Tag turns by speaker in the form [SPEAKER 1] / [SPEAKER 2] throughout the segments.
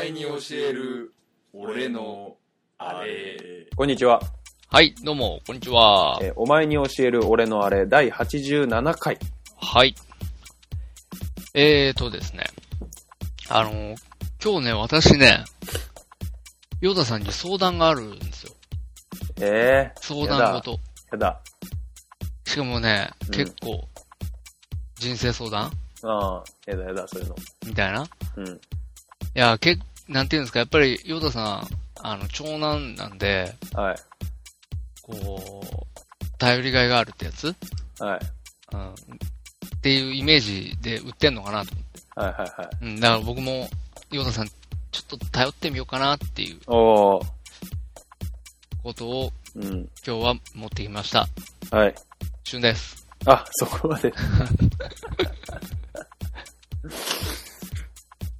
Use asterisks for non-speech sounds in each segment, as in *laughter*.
[SPEAKER 1] える俺のあれ
[SPEAKER 2] こんにちは。
[SPEAKER 3] はい、どうも、こんにちは。
[SPEAKER 2] えーお前に教える俺のあれ、第87回。
[SPEAKER 3] はい。えーとですね。あの、今日ね、私ね、ヨダさんに相談があるんですよ。
[SPEAKER 2] え
[SPEAKER 3] 相談事。
[SPEAKER 2] ー、やだ。
[SPEAKER 3] しかもね、
[SPEAKER 2] ん
[SPEAKER 3] 結構、人生相談
[SPEAKER 2] ああ、やだやだ、そういうの。
[SPEAKER 3] みたいな。い
[SPEAKER 2] うん。
[SPEAKER 3] や、け、なんていうんですか、やっぱりヨダさん、あの、長男なんで、
[SPEAKER 2] はい。
[SPEAKER 3] こう、頼りがいがあるってやつ
[SPEAKER 2] はい。
[SPEAKER 3] うん。っていうイメージで売ってんのかなと。
[SPEAKER 2] はいはいはい。
[SPEAKER 3] うん、だから僕も、ヨダさん、ちょっと頼ってみようかなっていう
[SPEAKER 2] おー。
[SPEAKER 3] ことを
[SPEAKER 2] うん。
[SPEAKER 3] 今日は持ってきました。
[SPEAKER 2] はい。
[SPEAKER 3] 旬です。
[SPEAKER 2] あ、そこまで。 *laughs*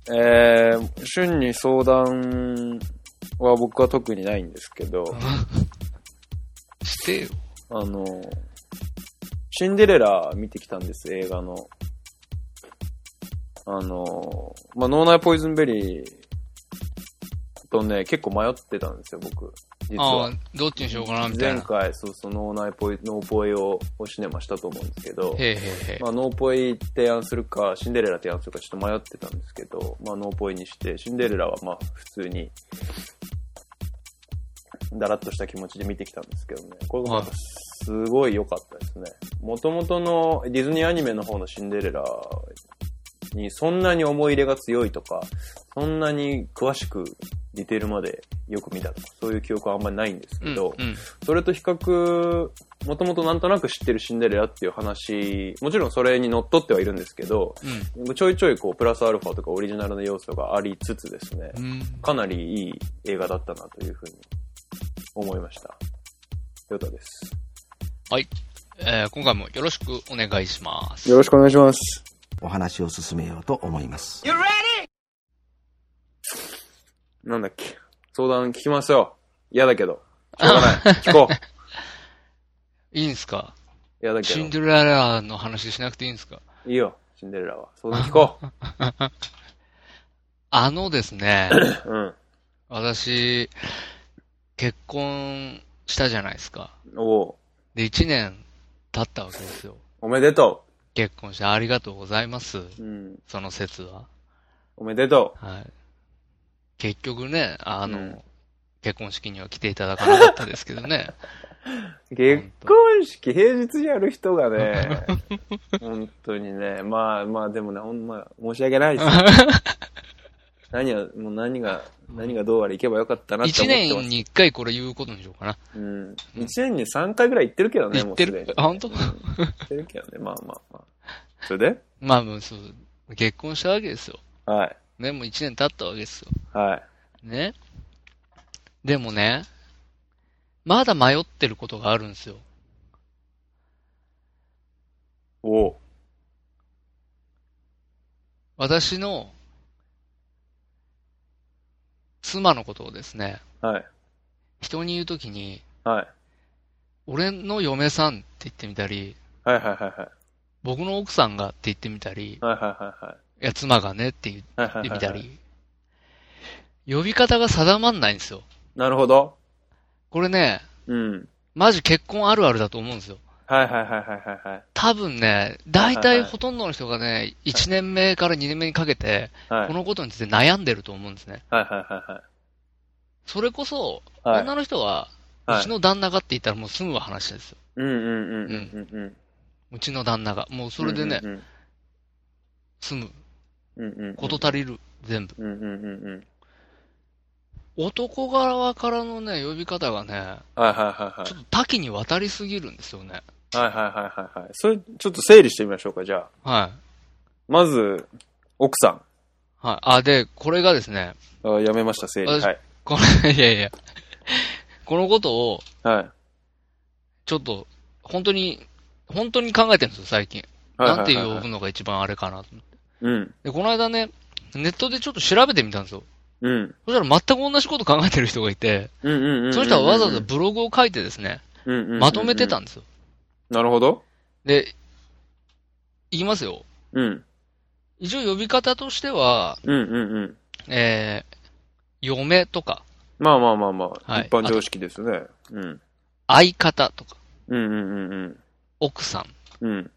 [SPEAKER 2] えー、旬に相談は僕は特にないん *laughs* ですけ
[SPEAKER 3] *laughs*
[SPEAKER 2] ど、
[SPEAKER 3] してよ。
[SPEAKER 2] あの、シンデレラ見てきたんです、映画の。あの、まあ、脳内ポイズンベリーとね、結構迷ってたんですよ、僕。実
[SPEAKER 3] あ
[SPEAKER 2] は
[SPEAKER 3] あ。、どっちにしようかな、みたい
[SPEAKER 2] 前
[SPEAKER 3] な。
[SPEAKER 2] 回、そうそう、脳内ポイ、脳ポイをおシネマしたと思うんですけど、
[SPEAKER 3] へえへえへ
[SPEAKER 2] まあ、ノーポイ提案するか、シンデレラ提案するかちょっと迷ってたんですけど、まあ、ノーポイにして、シンデレラはまあ、普通に、だらっとした気持ちで見てきたんですけどね。これがなんか
[SPEAKER 3] はい
[SPEAKER 2] すごい良かったですね。もともとのディズニーアニメの方のシンデレラにそんなに思い入れが強いとか、そんなに詳しくディテールまでよく見たとか、そういう記憶はあんまりないんです
[SPEAKER 3] え。う
[SPEAKER 2] け
[SPEAKER 3] ん、
[SPEAKER 2] ど、
[SPEAKER 3] うん。
[SPEAKER 2] それと比較、もともとなんとなく知ってるシンデレラっていう話、もちろんそれにのっとってはいるんですけど、
[SPEAKER 3] う
[SPEAKER 2] ちょいちょいこう、プラスアルファとかオリジナルの要素がありつつですね、
[SPEAKER 3] ん。うん。
[SPEAKER 2] かなりいい映画だったなというふうに思いました。ヨタです。
[SPEAKER 3] えー今回もよろしくお願いします。
[SPEAKER 2] よろしくお願いします。
[SPEAKER 4] お話を進めようと思います。
[SPEAKER 2] なんだっけ。相談聞きますよ。嫌だけど。しょうが *laughs* ない。聞こう。
[SPEAKER 3] いいんすか
[SPEAKER 2] 嫌だけど
[SPEAKER 3] シン。デレラの話しなくていいんすか
[SPEAKER 2] いいよ、シンデレラは。相談聞こ *laughs*
[SPEAKER 3] あのです
[SPEAKER 2] *laughs*
[SPEAKER 3] ね、
[SPEAKER 2] う。うん。
[SPEAKER 3] 私、結婚したじゃないですか。
[SPEAKER 2] おう
[SPEAKER 3] で、1年経ったわけですよ。
[SPEAKER 2] おめでと
[SPEAKER 3] 結婚してありがとうございます。
[SPEAKER 2] う。うん。
[SPEAKER 3] その説は。
[SPEAKER 2] おめでと
[SPEAKER 3] はい。結局ね、あの、
[SPEAKER 2] うん
[SPEAKER 3] 結婚式には来ていただかなかったですけどね。
[SPEAKER 2] *laughs* う。結婚式平日にやる人が
[SPEAKER 3] *laughs*
[SPEAKER 2] ね、本当にね、まあまあでもね、ほんま申し訳ないですよ。何が、もう何が、何がどうあれ行けばよかったなって
[SPEAKER 3] 一
[SPEAKER 2] 思ってます。
[SPEAKER 3] 年に一回これ言うことにしようかな。
[SPEAKER 2] うん。一年に3回ぐらい行ってるけどね、
[SPEAKER 3] 言ってる
[SPEAKER 2] もうすでに。
[SPEAKER 3] あ、本当
[SPEAKER 2] うん行ってるけどね、まあまあまあ。それで
[SPEAKER 3] まあ、もうそう、結婚したわけですよ。
[SPEAKER 2] はい。
[SPEAKER 3] ね、もう一年経ったわけですよ。
[SPEAKER 2] はい。
[SPEAKER 3] ね。でもね、まだ迷ってることがあるんですよ。
[SPEAKER 2] おう
[SPEAKER 3] 私の、妻のことをですね、
[SPEAKER 2] はい。
[SPEAKER 3] 人に言うときに、
[SPEAKER 2] はい。
[SPEAKER 3] 俺の嫁さんって言ってみたり、
[SPEAKER 2] はいはいはいはい。
[SPEAKER 3] 僕の奥さんがって言ってみたり、
[SPEAKER 2] はいはいはい
[SPEAKER 3] や、妻がねって言
[SPEAKER 2] いはい。はいは
[SPEAKER 3] っ
[SPEAKER 2] い
[SPEAKER 3] て
[SPEAKER 2] は
[SPEAKER 3] み
[SPEAKER 2] い
[SPEAKER 3] た
[SPEAKER 2] はい。
[SPEAKER 3] り、呼び方が定まんないんですよ。
[SPEAKER 2] なるほど。
[SPEAKER 3] これね、
[SPEAKER 2] うん。
[SPEAKER 3] マジ結婚あるあるだと思うんですよ。
[SPEAKER 2] はいはいはいはいはいはい。
[SPEAKER 3] 多分ね、大体ほとんどの人がね、1年目から2年目にかけて、
[SPEAKER 2] はい
[SPEAKER 3] このことについて悩んでると思うんですね。
[SPEAKER 2] はいはいはいはい。
[SPEAKER 3] それこそ、
[SPEAKER 2] はい
[SPEAKER 3] 女の人は、
[SPEAKER 2] はいう
[SPEAKER 3] ちの旦那がって言ったらもう済む話ですよ。
[SPEAKER 2] うんうんうんうんうんうん。
[SPEAKER 3] うちの旦那が。もうそれでね
[SPEAKER 2] う、んうん
[SPEAKER 3] 済む。
[SPEAKER 2] うんうんうん。
[SPEAKER 3] こと足りる。全部。
[SPEAKER 2] うんうんうんうん。
[SPEAKER 3] 男側からのね、呼び方がね、
[SPEAKER 2] はいはいはいは
[SPEAKER 3] ちょっと多岐に渡りすぎるんですよね。
[SPEAKER 2] い。はいはいはいはいはい。それ、ちょっと整理してみましょうか、じゃあ。
[SPEAKER 3] はい。
[SPEAKER 2] まず、奥さん。
[SPEAKER 3] はい。あ、で、これがですね、
[SPEAKER 2] あやめました、整理。
[SPEAKER 3] 私
[SPEAKER 2] はい。
[SPEAKER 3] これ、い *laughs* やいや、このことを、
[SPEAKER 2] はい。
[SPEAKER 3] ちょっと、本当に、本当に考えてるんですよ、最近。
[SPEAKER 2] はい
[SPEAKER 3] なんて
[SPEAKER 2] はいはい
[SPEAKER 3] 呼
[SPEAKER 2] はい
[SPEAKER 3] ぶのが一番あれかなと思って。
[SPEAKER 2] うん。
[SPEAKER 3] で、この間ね、ネットでちょっと調べてみたんですよ。
[SPEAKER 2] うん。
[SPEAKER 3] そしたら全く同じこと考えてる人がいて、
[SPEAKER 2] うんうんうんうん。
[SPEAKER 3] その人はわざわざブログを書いてですね、
[SPEAKER 2] うんうんうんうん
[SPEAKER 3] まとめてたんですよ。
[SPEAKER 2] なるほど。
[SPEAKER 3] で、言いますよ。
[SPEAKER 2] うん。
[SPEAKER 3] 一応呼び方としては、
[SPEAKER 2] うんうんうん。
[SPEAKER 3] え嫁とか、
[SPEAKER 2] まあまあまあまあ、
[SPEAKER 3] はい
[SPEAKER 2] 一般常識ですね。うん。
[SPEAKER 3] 相方とか、
[SPEAKER 2] うんうんうん
[SPEAKER 3] 奥さん、
[SPEAKER 2] うん。うん。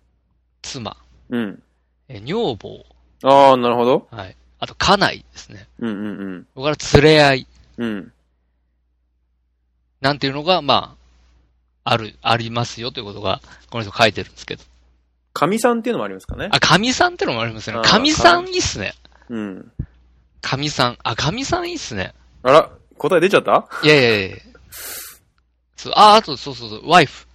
[SPEAKER 3] 妻、
[SPEAKER 2] うん。
[SPEAKER 3] え女房、
[SPEAKER 2] ああ、なるほど。
[SPEAKER 3] はい。あと、家内ですね。
[SPEAKER 2] うんうんうん。
[SPEAKER 3] それから連れ合い、
[SPEAKER 2] うん。
[SPEAKER 3] なんていうのが、まあ、ある、ありますよということが、この人書いてるんですけど。
[SPEAKER 2] 神さんっていうのもありますかね。
[SPEAKER 3] あ、神さんってのもありますね
[SPEAKER 2] あ。ー
[SPEAKER 3] 神さんいいっすね。
[SPEAKER 2] うん。
[SPEAKER 3] 神さん。あ、神さんいいっすね。
[SPEAKER 2] あら、答え出ちゃった
[SPEAKER 3] いやいやいやそう、あ、あと、そうそうそう、ワイフ。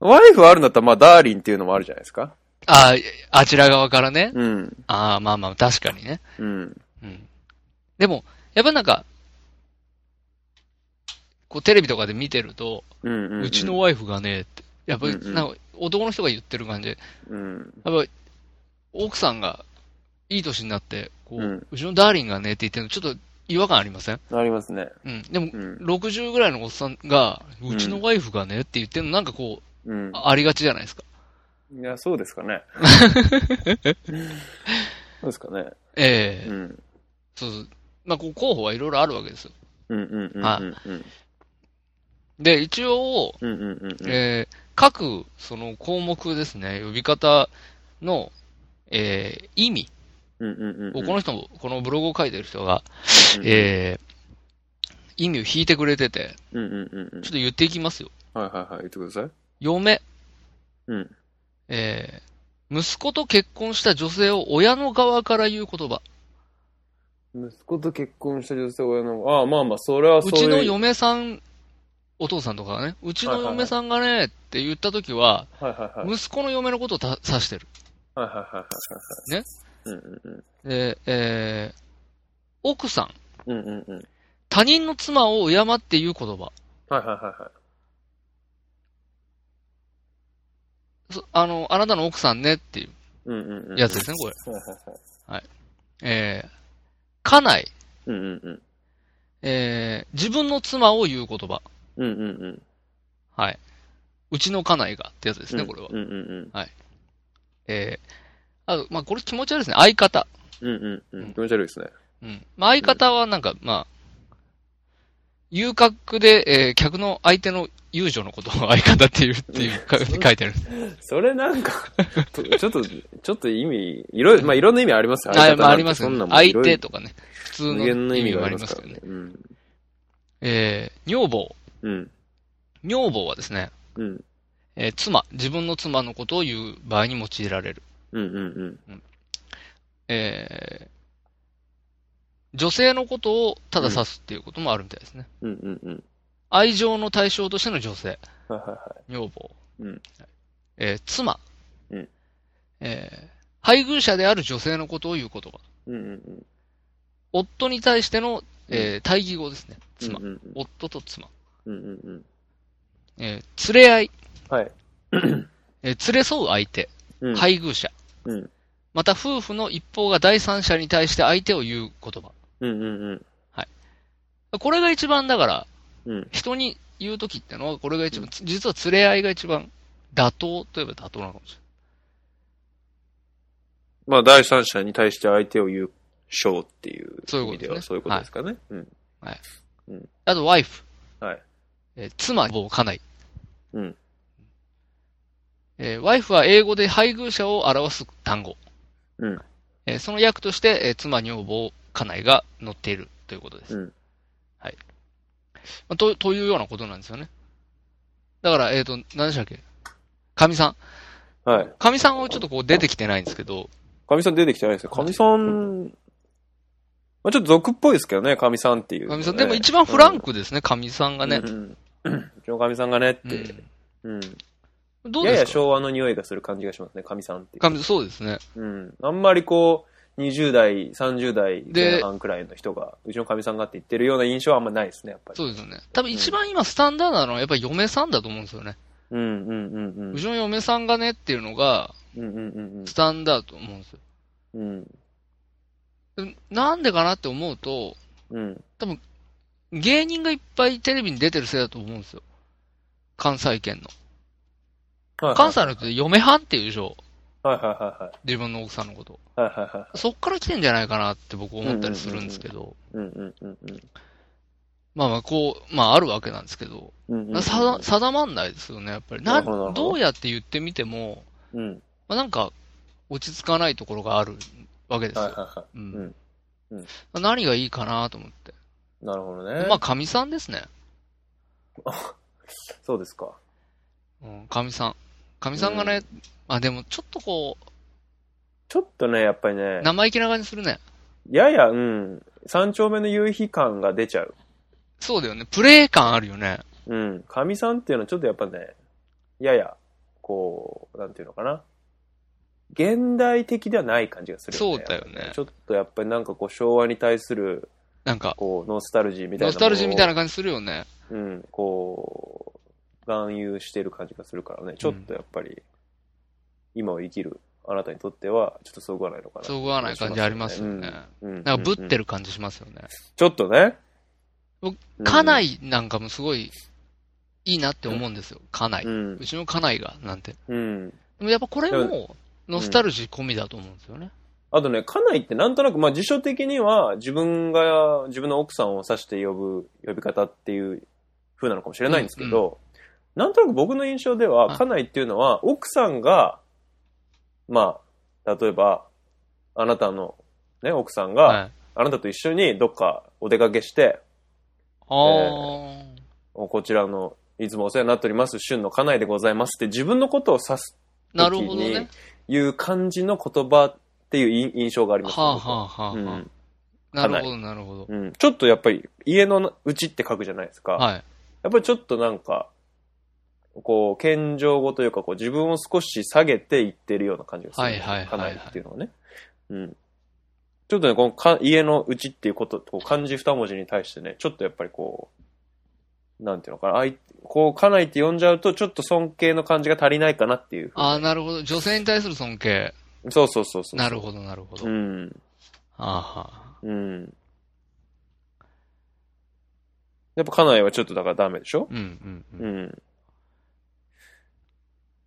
[SPEAKER 2] ワイフあるんだったら、まあ、ダーリンっていうのもあるじゃないですか。
[SPEAKER 3] あ、あちら側からね。
[SPEAKER 2] うん。
[SPEAKER 3] ああ、まあまあ、確かにね。
[SPEAKER 2] うん。
[SPEAKER 3] うん。でも、やっぱなんか、こう、テレビとかで見てると、
[SPEAKER 2] うんうん、
[SPEAKER 3] う
[SPEAKER 2] うん。
[SPEAKER 3] ちのワイフがね、ってやっぱり、
[SPEAKER 2] うんうん
[SPEAKER 3] なんか、男の人が言ってる感じで、
[SPEAKER 2] うん。
[SPEAKER 3] やっぱ、奥さんが、いい年になって、こう、う
[SPEAKER 2] うん
[SPEAKER 3] ちのダーリンがねって言ってるの、ちょっと違和感ありません
[SPEAKER 2] ありますね。
[SPEAKER 3] うん。でも、
[SPEAKER 2] うん。
[SPEAKER 3] 60ぐらいのおっさんが、
[SPEAKER 2] ん
[SPEAKER 3] うちのワイフがねって言ってるの、なんかこう、
[SPEAKER 2] うん。
[SPEAKER 3] あありがちじゃないですか。
[SPEAKER 2] いや、そうですかね。そうですかね。
[SPEAKER 3] ええ
[SPEAKER 2] うん。
[SPEAKER 3] そうそう。まあ、こう、候補はいろいろあるわけですよ。
[SPEAKER 2] うんうんうんうん。
[SPEAKER 3] は
[SPEAKER 2] うん
[SPEAKER 3] で、一応、
[SPEAKER 2] うんうんうんうん。
[SPEAKER 3] えー各、その項目ですね、呼び方の、えー意味
[SPEAKER 2] うんうんうん
[SPEAKER 3] を、
[SPEAKER 2] うん。
[SPEAKER 3] この人も、このブログを書いてる人が、
[SPEAKER 2] うん
[SPEAKER 3] えー意味を引いてくれてて、
[SPEAKER 2] うんうんうんうん
[SPEAKER 3] ちょっと言っていきますよ。
[SPEAKER 2] はいはいはい、言ってください。
[SPEAKER 3] 嫁、
[SPEAKER 2] うん。
[SPEAKER 3] えー息子と結婚した女性を親の側から言う言葉。
[SPEAKER 2] 息子と結婚した女性は親の、ああ、まあまあ、それはそうう
[SPEAKER 3] ちの
[SPEAKER 2] いう。
[SPEAKER 3] 嫁さん、お父さんとかがね、うちの
[SPEAKER 2] はいはいはい
[SPEAKER 3] 嫁さんがね、って言ったときは、
[SPEAKER 2] はいはいはい。
[SPEAKER 3] 息子の嫁のことをた指してる。
[SPEAKER 2] はいはいはいはい。
[SPEAKER 3] ね。
[SPEAKER 2] うんうん
[SPEAKER 3] で、えー奥さん、
[SPEAKER 2] うん。うんうんうん。
[SPEAKER 3] 他人の妻を敬って言う言葉。
[SPEAKER 2] はいはいはいはい。
[SPEAKER 3] そあの、あなたの奥さんねっていう
[SPEAKER 2] うんうんうん。
[SPEAKER 3] やつですね、これ。
[SPEAKER 2] はいはいはい。
[SPEAKER 3] えー家内、
[SPEAKER 2] うんうんうん。
[SPEAKER 3] えー自分の妻を言う言葉。
[SPEAKER 2] うんうんうん。
[SPEAKER 3] はい。うちの家内がってやつですね、これは。
[SPEAKER 2] うんうんうん。
[SPEAKER 3] えーあと、まあ、これ気持ち悪いですね。相方。
[SPEAKER 2] うんうん
[SPEAKER 3] う
[SPEAKER 2] うんん。気持ち悪いですね。
[SPEAKER 3] うん。まあ、相方はなんか、まあ、遊郭で、えー客の相手の遊女のことを *laughs* 相方っていう、っていうか書いてある。
[SPEAKER 2] それなんか、とちょっと、ちょっと意味、いろいろ、まあいろんな意味ありますよ
[SPEAKER 3] あ、
[SPEAKER 2] 相方なんて
[SPEAKER 3] まあ、ありますけ
[SPEAKER 2] そんな
[SPEAKER 3] ど、
[SPEAKER 2] もんい
[SPEAKER 3] 相
[SPEAKER 2] ろい
[SPEAKER 3] 手
[SPEAKER 2] ろ
[SPEAKER 3] とかね。普通
[SPEAKER 2] 無限
[SPEAKER 3] の
[SPEAKER 2] の
[SPEAKER 3] 意
[SPEAKER 2] 意
[SPEAKER 3] 味
[SPEAKER 2] 味
[SPEAKER 3] も
[SPEAKER 2] が
[SPEAKER 3] あ
[SPEAKER 2] あ
[SPEAKER 3] り
[SPEAKER 2] り
[SPEAKER 3] ま
[SPEAKER 2] ますす
[SPEAKER 3] け
[SPEAKER 2] か
[SPEAKER 3] ど
[SPEAKER 2] らね。。
[SPEAKER 3] ね
[SPEAKER 2] うん。
[SPEAKER 3] えー女房。
[SPEAKER 2] うん。
[SPEAKER 3] 女房はですね、
[SPEAKER 2] うん。
[SPEAKER 3] えー妻。自分の妻のことを言う場合に用いられる。
[SPEAKER 2] うんうんうん。
[SPEAKER 3] えー女性のことをただ指すっていうこともあるみたいですね。
[SPEAKER 2] うんうんうん。
[SPEAKER 3] 愛情の対象としての女性。
[SPEAKER 2] はいはいは
[SPEAKER 3] 女房。
[SPEAKER 2] うん
[SPEAKER 3] えー妻。
[SPEAKER 2] うん
[SPEAKER 3] えー配偶者である女性のことを言う言葉。
[SPEAKER 2] い。うんうん
[SPEAKER 3] 夫に対しての、えー対義語ですね。妻。
[SPEAKER 2] うんうん
[SPEAKER 3] 夫と妻。
[SPEAKER 2] うんうんうん。
[SPEAKER 3] えー連れ合い。
[SPEAKER 2] はい。
[SPEAKER 3] えー連れ添う相手。
[SPEAKER 2] うん。い。
[SPEAKER 3] 配偶者。
[SPEAKER 2] うん
[SPEAKER 3] また、夫婦の一方が第三者に対して相手を言う言葉。
[SPEAKER 2] うんうんうん。
[SPEAKER 3] これが一番、だから、
[SPEAKER 2] うん
[SPEAKER 3] 人に言うときってのは、これが一番、実は連れ合いが一番妥当といえば妥当なのかもしれない。
[SPEAKER 2] まあ第三者に対して相手を言う、しょうっていう
[SPEAKER 3] そういう
[SPEAKER 2] 意
[SPEAKER 3] こ
[SPEAKER 2] 味
[SPEAKER 3] とですね
[SPEAKER 2] ではそういうことですかね。うん。
[SPEAKER 3] あと、ワイフ。
[SPEAKER 2] はい。
[SPEAKER 3] えー妻、を家内。
[SPEAKER 2] うん。
[SPEAKER 3] えーワイフは英語で配偶者を表す単語。
[SPEAKER 2] うん
[SPEAKER 3] えーその訳として、えー妻、女房、家内が載っているということです。
[SPEAKER 2] うん
[SPEAKER 3] はい、まあと。というようなことなんですよね。だから、えっ、と、何でしたっけ神さん。
[SPEAKER 2] はい。
[SPEAKER 3] 神さんはちょっとこう出てきてないんですけど、
[SPEAKER 2] かみさん出てきてないですね。かみさん、まあちょっと俗っぽいですけどね、かみさんっていう、
[SPEAKER 3] 神さん、でも一番フランクですね、神さんが
[SPEAKER 2] ク
[SPEAKER 3] ね
[SPEAKER 2] う。んうん。うちのかみさんがねっ
[SPEAKER 3] う
[SPEAKER 2] て、
[SPEAKER 3] ん
[SPEAKER 2] うん。
[SPEAKER 3] どう
[SPEAKER 2] や
[SPEAKER 3] で
[SPEAKER 2] や
[SPEAKER 3] すか
[SPEAKER 2] 昭和の匂いがする感じがしますね、かみさんっていう。
[SPEAKER 3] 神そうですね。
[SPEAKER 2] うん。あんまりこう、20代、30代
[SPEAKER 3] で
[SPEAKER 2] 前半くらいの人が、うちのかみさんがって言ってるような印象はあんまりないですね、やっぱり。
[SPEAKER 3] そうですよね。多分一番今スタンダードなのはやっぱり嫁さんだと思うんですよね。
[SPEAKER 2] うんうんうんうん
[SPEAKER 3] う。ちの嫁さんがねっていうのが
[SPEAKER 2] うんうんうん
[SPEAKER 3] スタンダードと思うんですよ。
[SPEAKER 2] うん。うん。
[SPEAKER 3] でなんでかなって思うと、
[SPEAKER 2] うん。
[SPEAKER 3] 芸人がいっぱいテレビに出てるせいだと思うんですよ。関西圏の。
[SPEAKER 2] はいはい
[SPEAKER 3] 関西の人で嫁はんっていうでしょ。
[SPEAKER 2] はいは
[SPEAKER 3] 自分の奥さんのこと。
[SPEAKER 2] いはいはい。はいはいはい。
[SPEAKER 3] そっから来てんじゃないかなって僕思ったりするんですけど、
[SPEAKER 2] うんうんうんうん
[SPEAKER 3] まあまあこう、まああるわけなんですけど、
[SPEAKER 2] うんうんうん。
[SPEAKER 3] さだ定まんないですよね、やっぱり。な
[SPEAKER 2] なるほどなるほど
[SPEAKER 3] どうやって言ってみても、
[SPEAKER 2] うん。
[SPEAKER 3] まあ、なんか落ち着かないところがあるわけですよ。
[SPEAKER 2] はいはいは
[SPEAKER 3] うん
[SPEAKER 2] うんうん
[SPEAKER 3] 何がいいかなと思って。
[SPEAKER 2] い。なるほどね。
[SPEAKER 3] まあ、かみさんですね。
[SPEAKER 2] そうですか。
[SPEAKER 3] うんかみさん。かみさんがね、あ、でもちょっとこ
[SPEAKER 2] ちょっとね、やっぱりね
[SPEAKER 3] う、、生意気な感じするね。
[SPEAKER 2] やや、うん、三丁目の夕日感が出ちゃう。
[SPEAKER 3] そうだよね。プレイ感あるよね。
[SPEAKER 2] うん。かみさんっていうのはちょっとやっぱね、やや、こう、なんていうのかな。現代的ではない感じがするよね。
[SPEAKER 3] そうだよね
[SPEAKER 2] ちょっとやっぱりなんかこう、昭和に対する、
[SPEAKER 3] なんか、
[SPEAKER 2] こう、ノスタルジーみたいな。
[SPEAKER 3] ノスタルジーみたい
[SPEAKER 2] な。
[SPEAKER 3] な感じするよね。
[SPEAKER 2] うん、こう、含有してる感じがするからね。ちょっとやっぱり、今を生きるあなたにとっては、ちょっとそぐわないのかな。
[SPEAKER 3] そぐわない感じありますよね。
[SPEAKER 2] うん。
[SPEAKER 3] なんか、ぶって
[SPEAKER 2] る。
[SPEAKER 3] る感じしますよね。
[SPEAKER 2] ちょっとね
[SPEAKER 3] 僕。家
[SPEAKER 2] かなり
[SPEAKER 3] 内なんかもすごい、いいなって思うんですよ。家内
[SPEAKER 2] う。ん
[SPEAKER 3] う。ちの家内が、なんて。
[SPEAKER 2] うん。
[SPEAKER 3] でもやっぱこれも、ノスタルジー込みだと思うんですよね。
[SPEAKER 2] あとね、家内ってなんとなく、まあ辞書的には自分が、自分の奥さんを指して呼ぶ呼び方っていう風なのかもしれないんですけど、なんとなく僕の印象で
[SPEAKER 3] は
[SPEAKER 2] は、
[SPEAKER 3] い
[SPEAKER 2] 家内っていうのは奥さんが、まあ、例えば、あなたの、ね、奥さんが、
[SPEAKER 3] はい。
[SPEAKER 2] あなたと一緒にどっかお出かけして、
[SPEAKER 3] あー。
[SPEAKER 2] こちらの、いつもお世話になっております、旬の家内でございますって自分のことを指す
[SPEAKER 3] なるほどね。
[SPEAKER 2] いう感じの言葉っていう印印象があります、
[SPEAKER 3] はあはあはあはあ。
[SPEAKER 2] うん
[SPEAKER 3] なるほど、なるほど。
[SPEAKER 2] うん、ちょっとやっぱり家のうちって書くじゃないですか。
[SPEAKER 3] はい。
[SPEAKER 2] やっぱりちょっとなんか、こう、謙譲語というか、こう、自分を少し下げていってるような感じがする、
[SPEAKER 3] はいはいはいはい
[SPEAKER 2] 家内っていうのはね。うん。ちょっとね、このか家のうちっていうこと、こう漢字二文字に対してね、ちょっとやっぱりこう、なんていうのかな、あいこう、家内って呼んじゃうと、ちょっと尊敬の感じが足りないかなっていう。
[SPEAKER 3] あー、なるほど。女性に対する尊敬。
[SPEAKER 2] そうそうそうそう。
[SPEAKER 3] なるほど、なるほど。
[SPEAKER 2] う
[SPEAKER 3] あ
[SPEAKER 2] ん。
[SPEAKER 3] あ
[SPEAKER 2] うん。やっぱ家内はちょっとだからダメでしょ
[SPEAKER 3] ー。うん、うん、う。
[SPEAKER 2] うんん。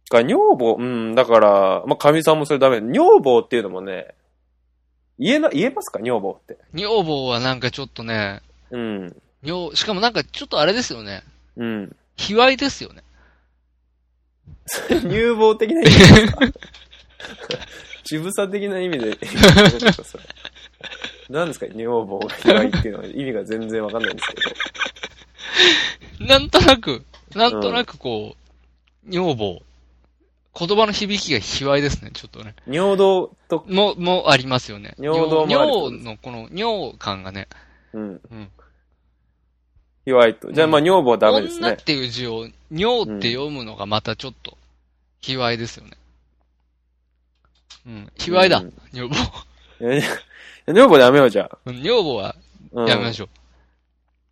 [SPEAKER 2] が、女房、うん、だから、まあ、神さんもそれダメ。女房っていうのもね、言えな、言えますか女房って。
[SPEAKER 3] 女房はなんかちょっとね、
[SPEAKER 2] うん。
[SPEAKER 3] 女、しかもなんかちょっとあれですよね。
[SPEAKER 2] うん。
[SPEAKER 3] 卑猥で
[SPEAKER 2] *laughs*
[SPEAKER 3] すよね。
[SPEAKER 2] 乳房的な意味ですかちぶさ的な意味で。 *laughs* それ何ですか女房が卑猥っていうのは意味が全然わかんないんですけど。
[SPEAKER 3] なんとなく、なんとなくこう、女房。言葉の響きが卑猥ですね、ちょっとね。
[SPEAKER 2] 尿道と、
[SPEAKER 3] も、もありますよね。
[SPEAKER 2] 尿道もある
[SPEAKER 3] 尿尿のこの尿感がね、
[SPEAKER 2] うん。
[SPEAKER 3] うん
[SPEAKER 2] 卑猥と。じゃあ、まあ、女房はダメです
[SPEAKER 3] 女っ
[SPEAKER 2] ね。
[SPEAKER 3] ていう字を尿って読むのがまたちょっと、卑猥ですよね。うん、卑猥だ、
[SPEAKER 2] うん
[SPEAKER 3] 女房。 *laughs*
[SPEAKER 2] いや *laughs* 女房ダメよ、じゃあ。
[SPEAKER 3] 女房は
[SPEAKER 2] うん
[SPEAKER 3] やめましょう。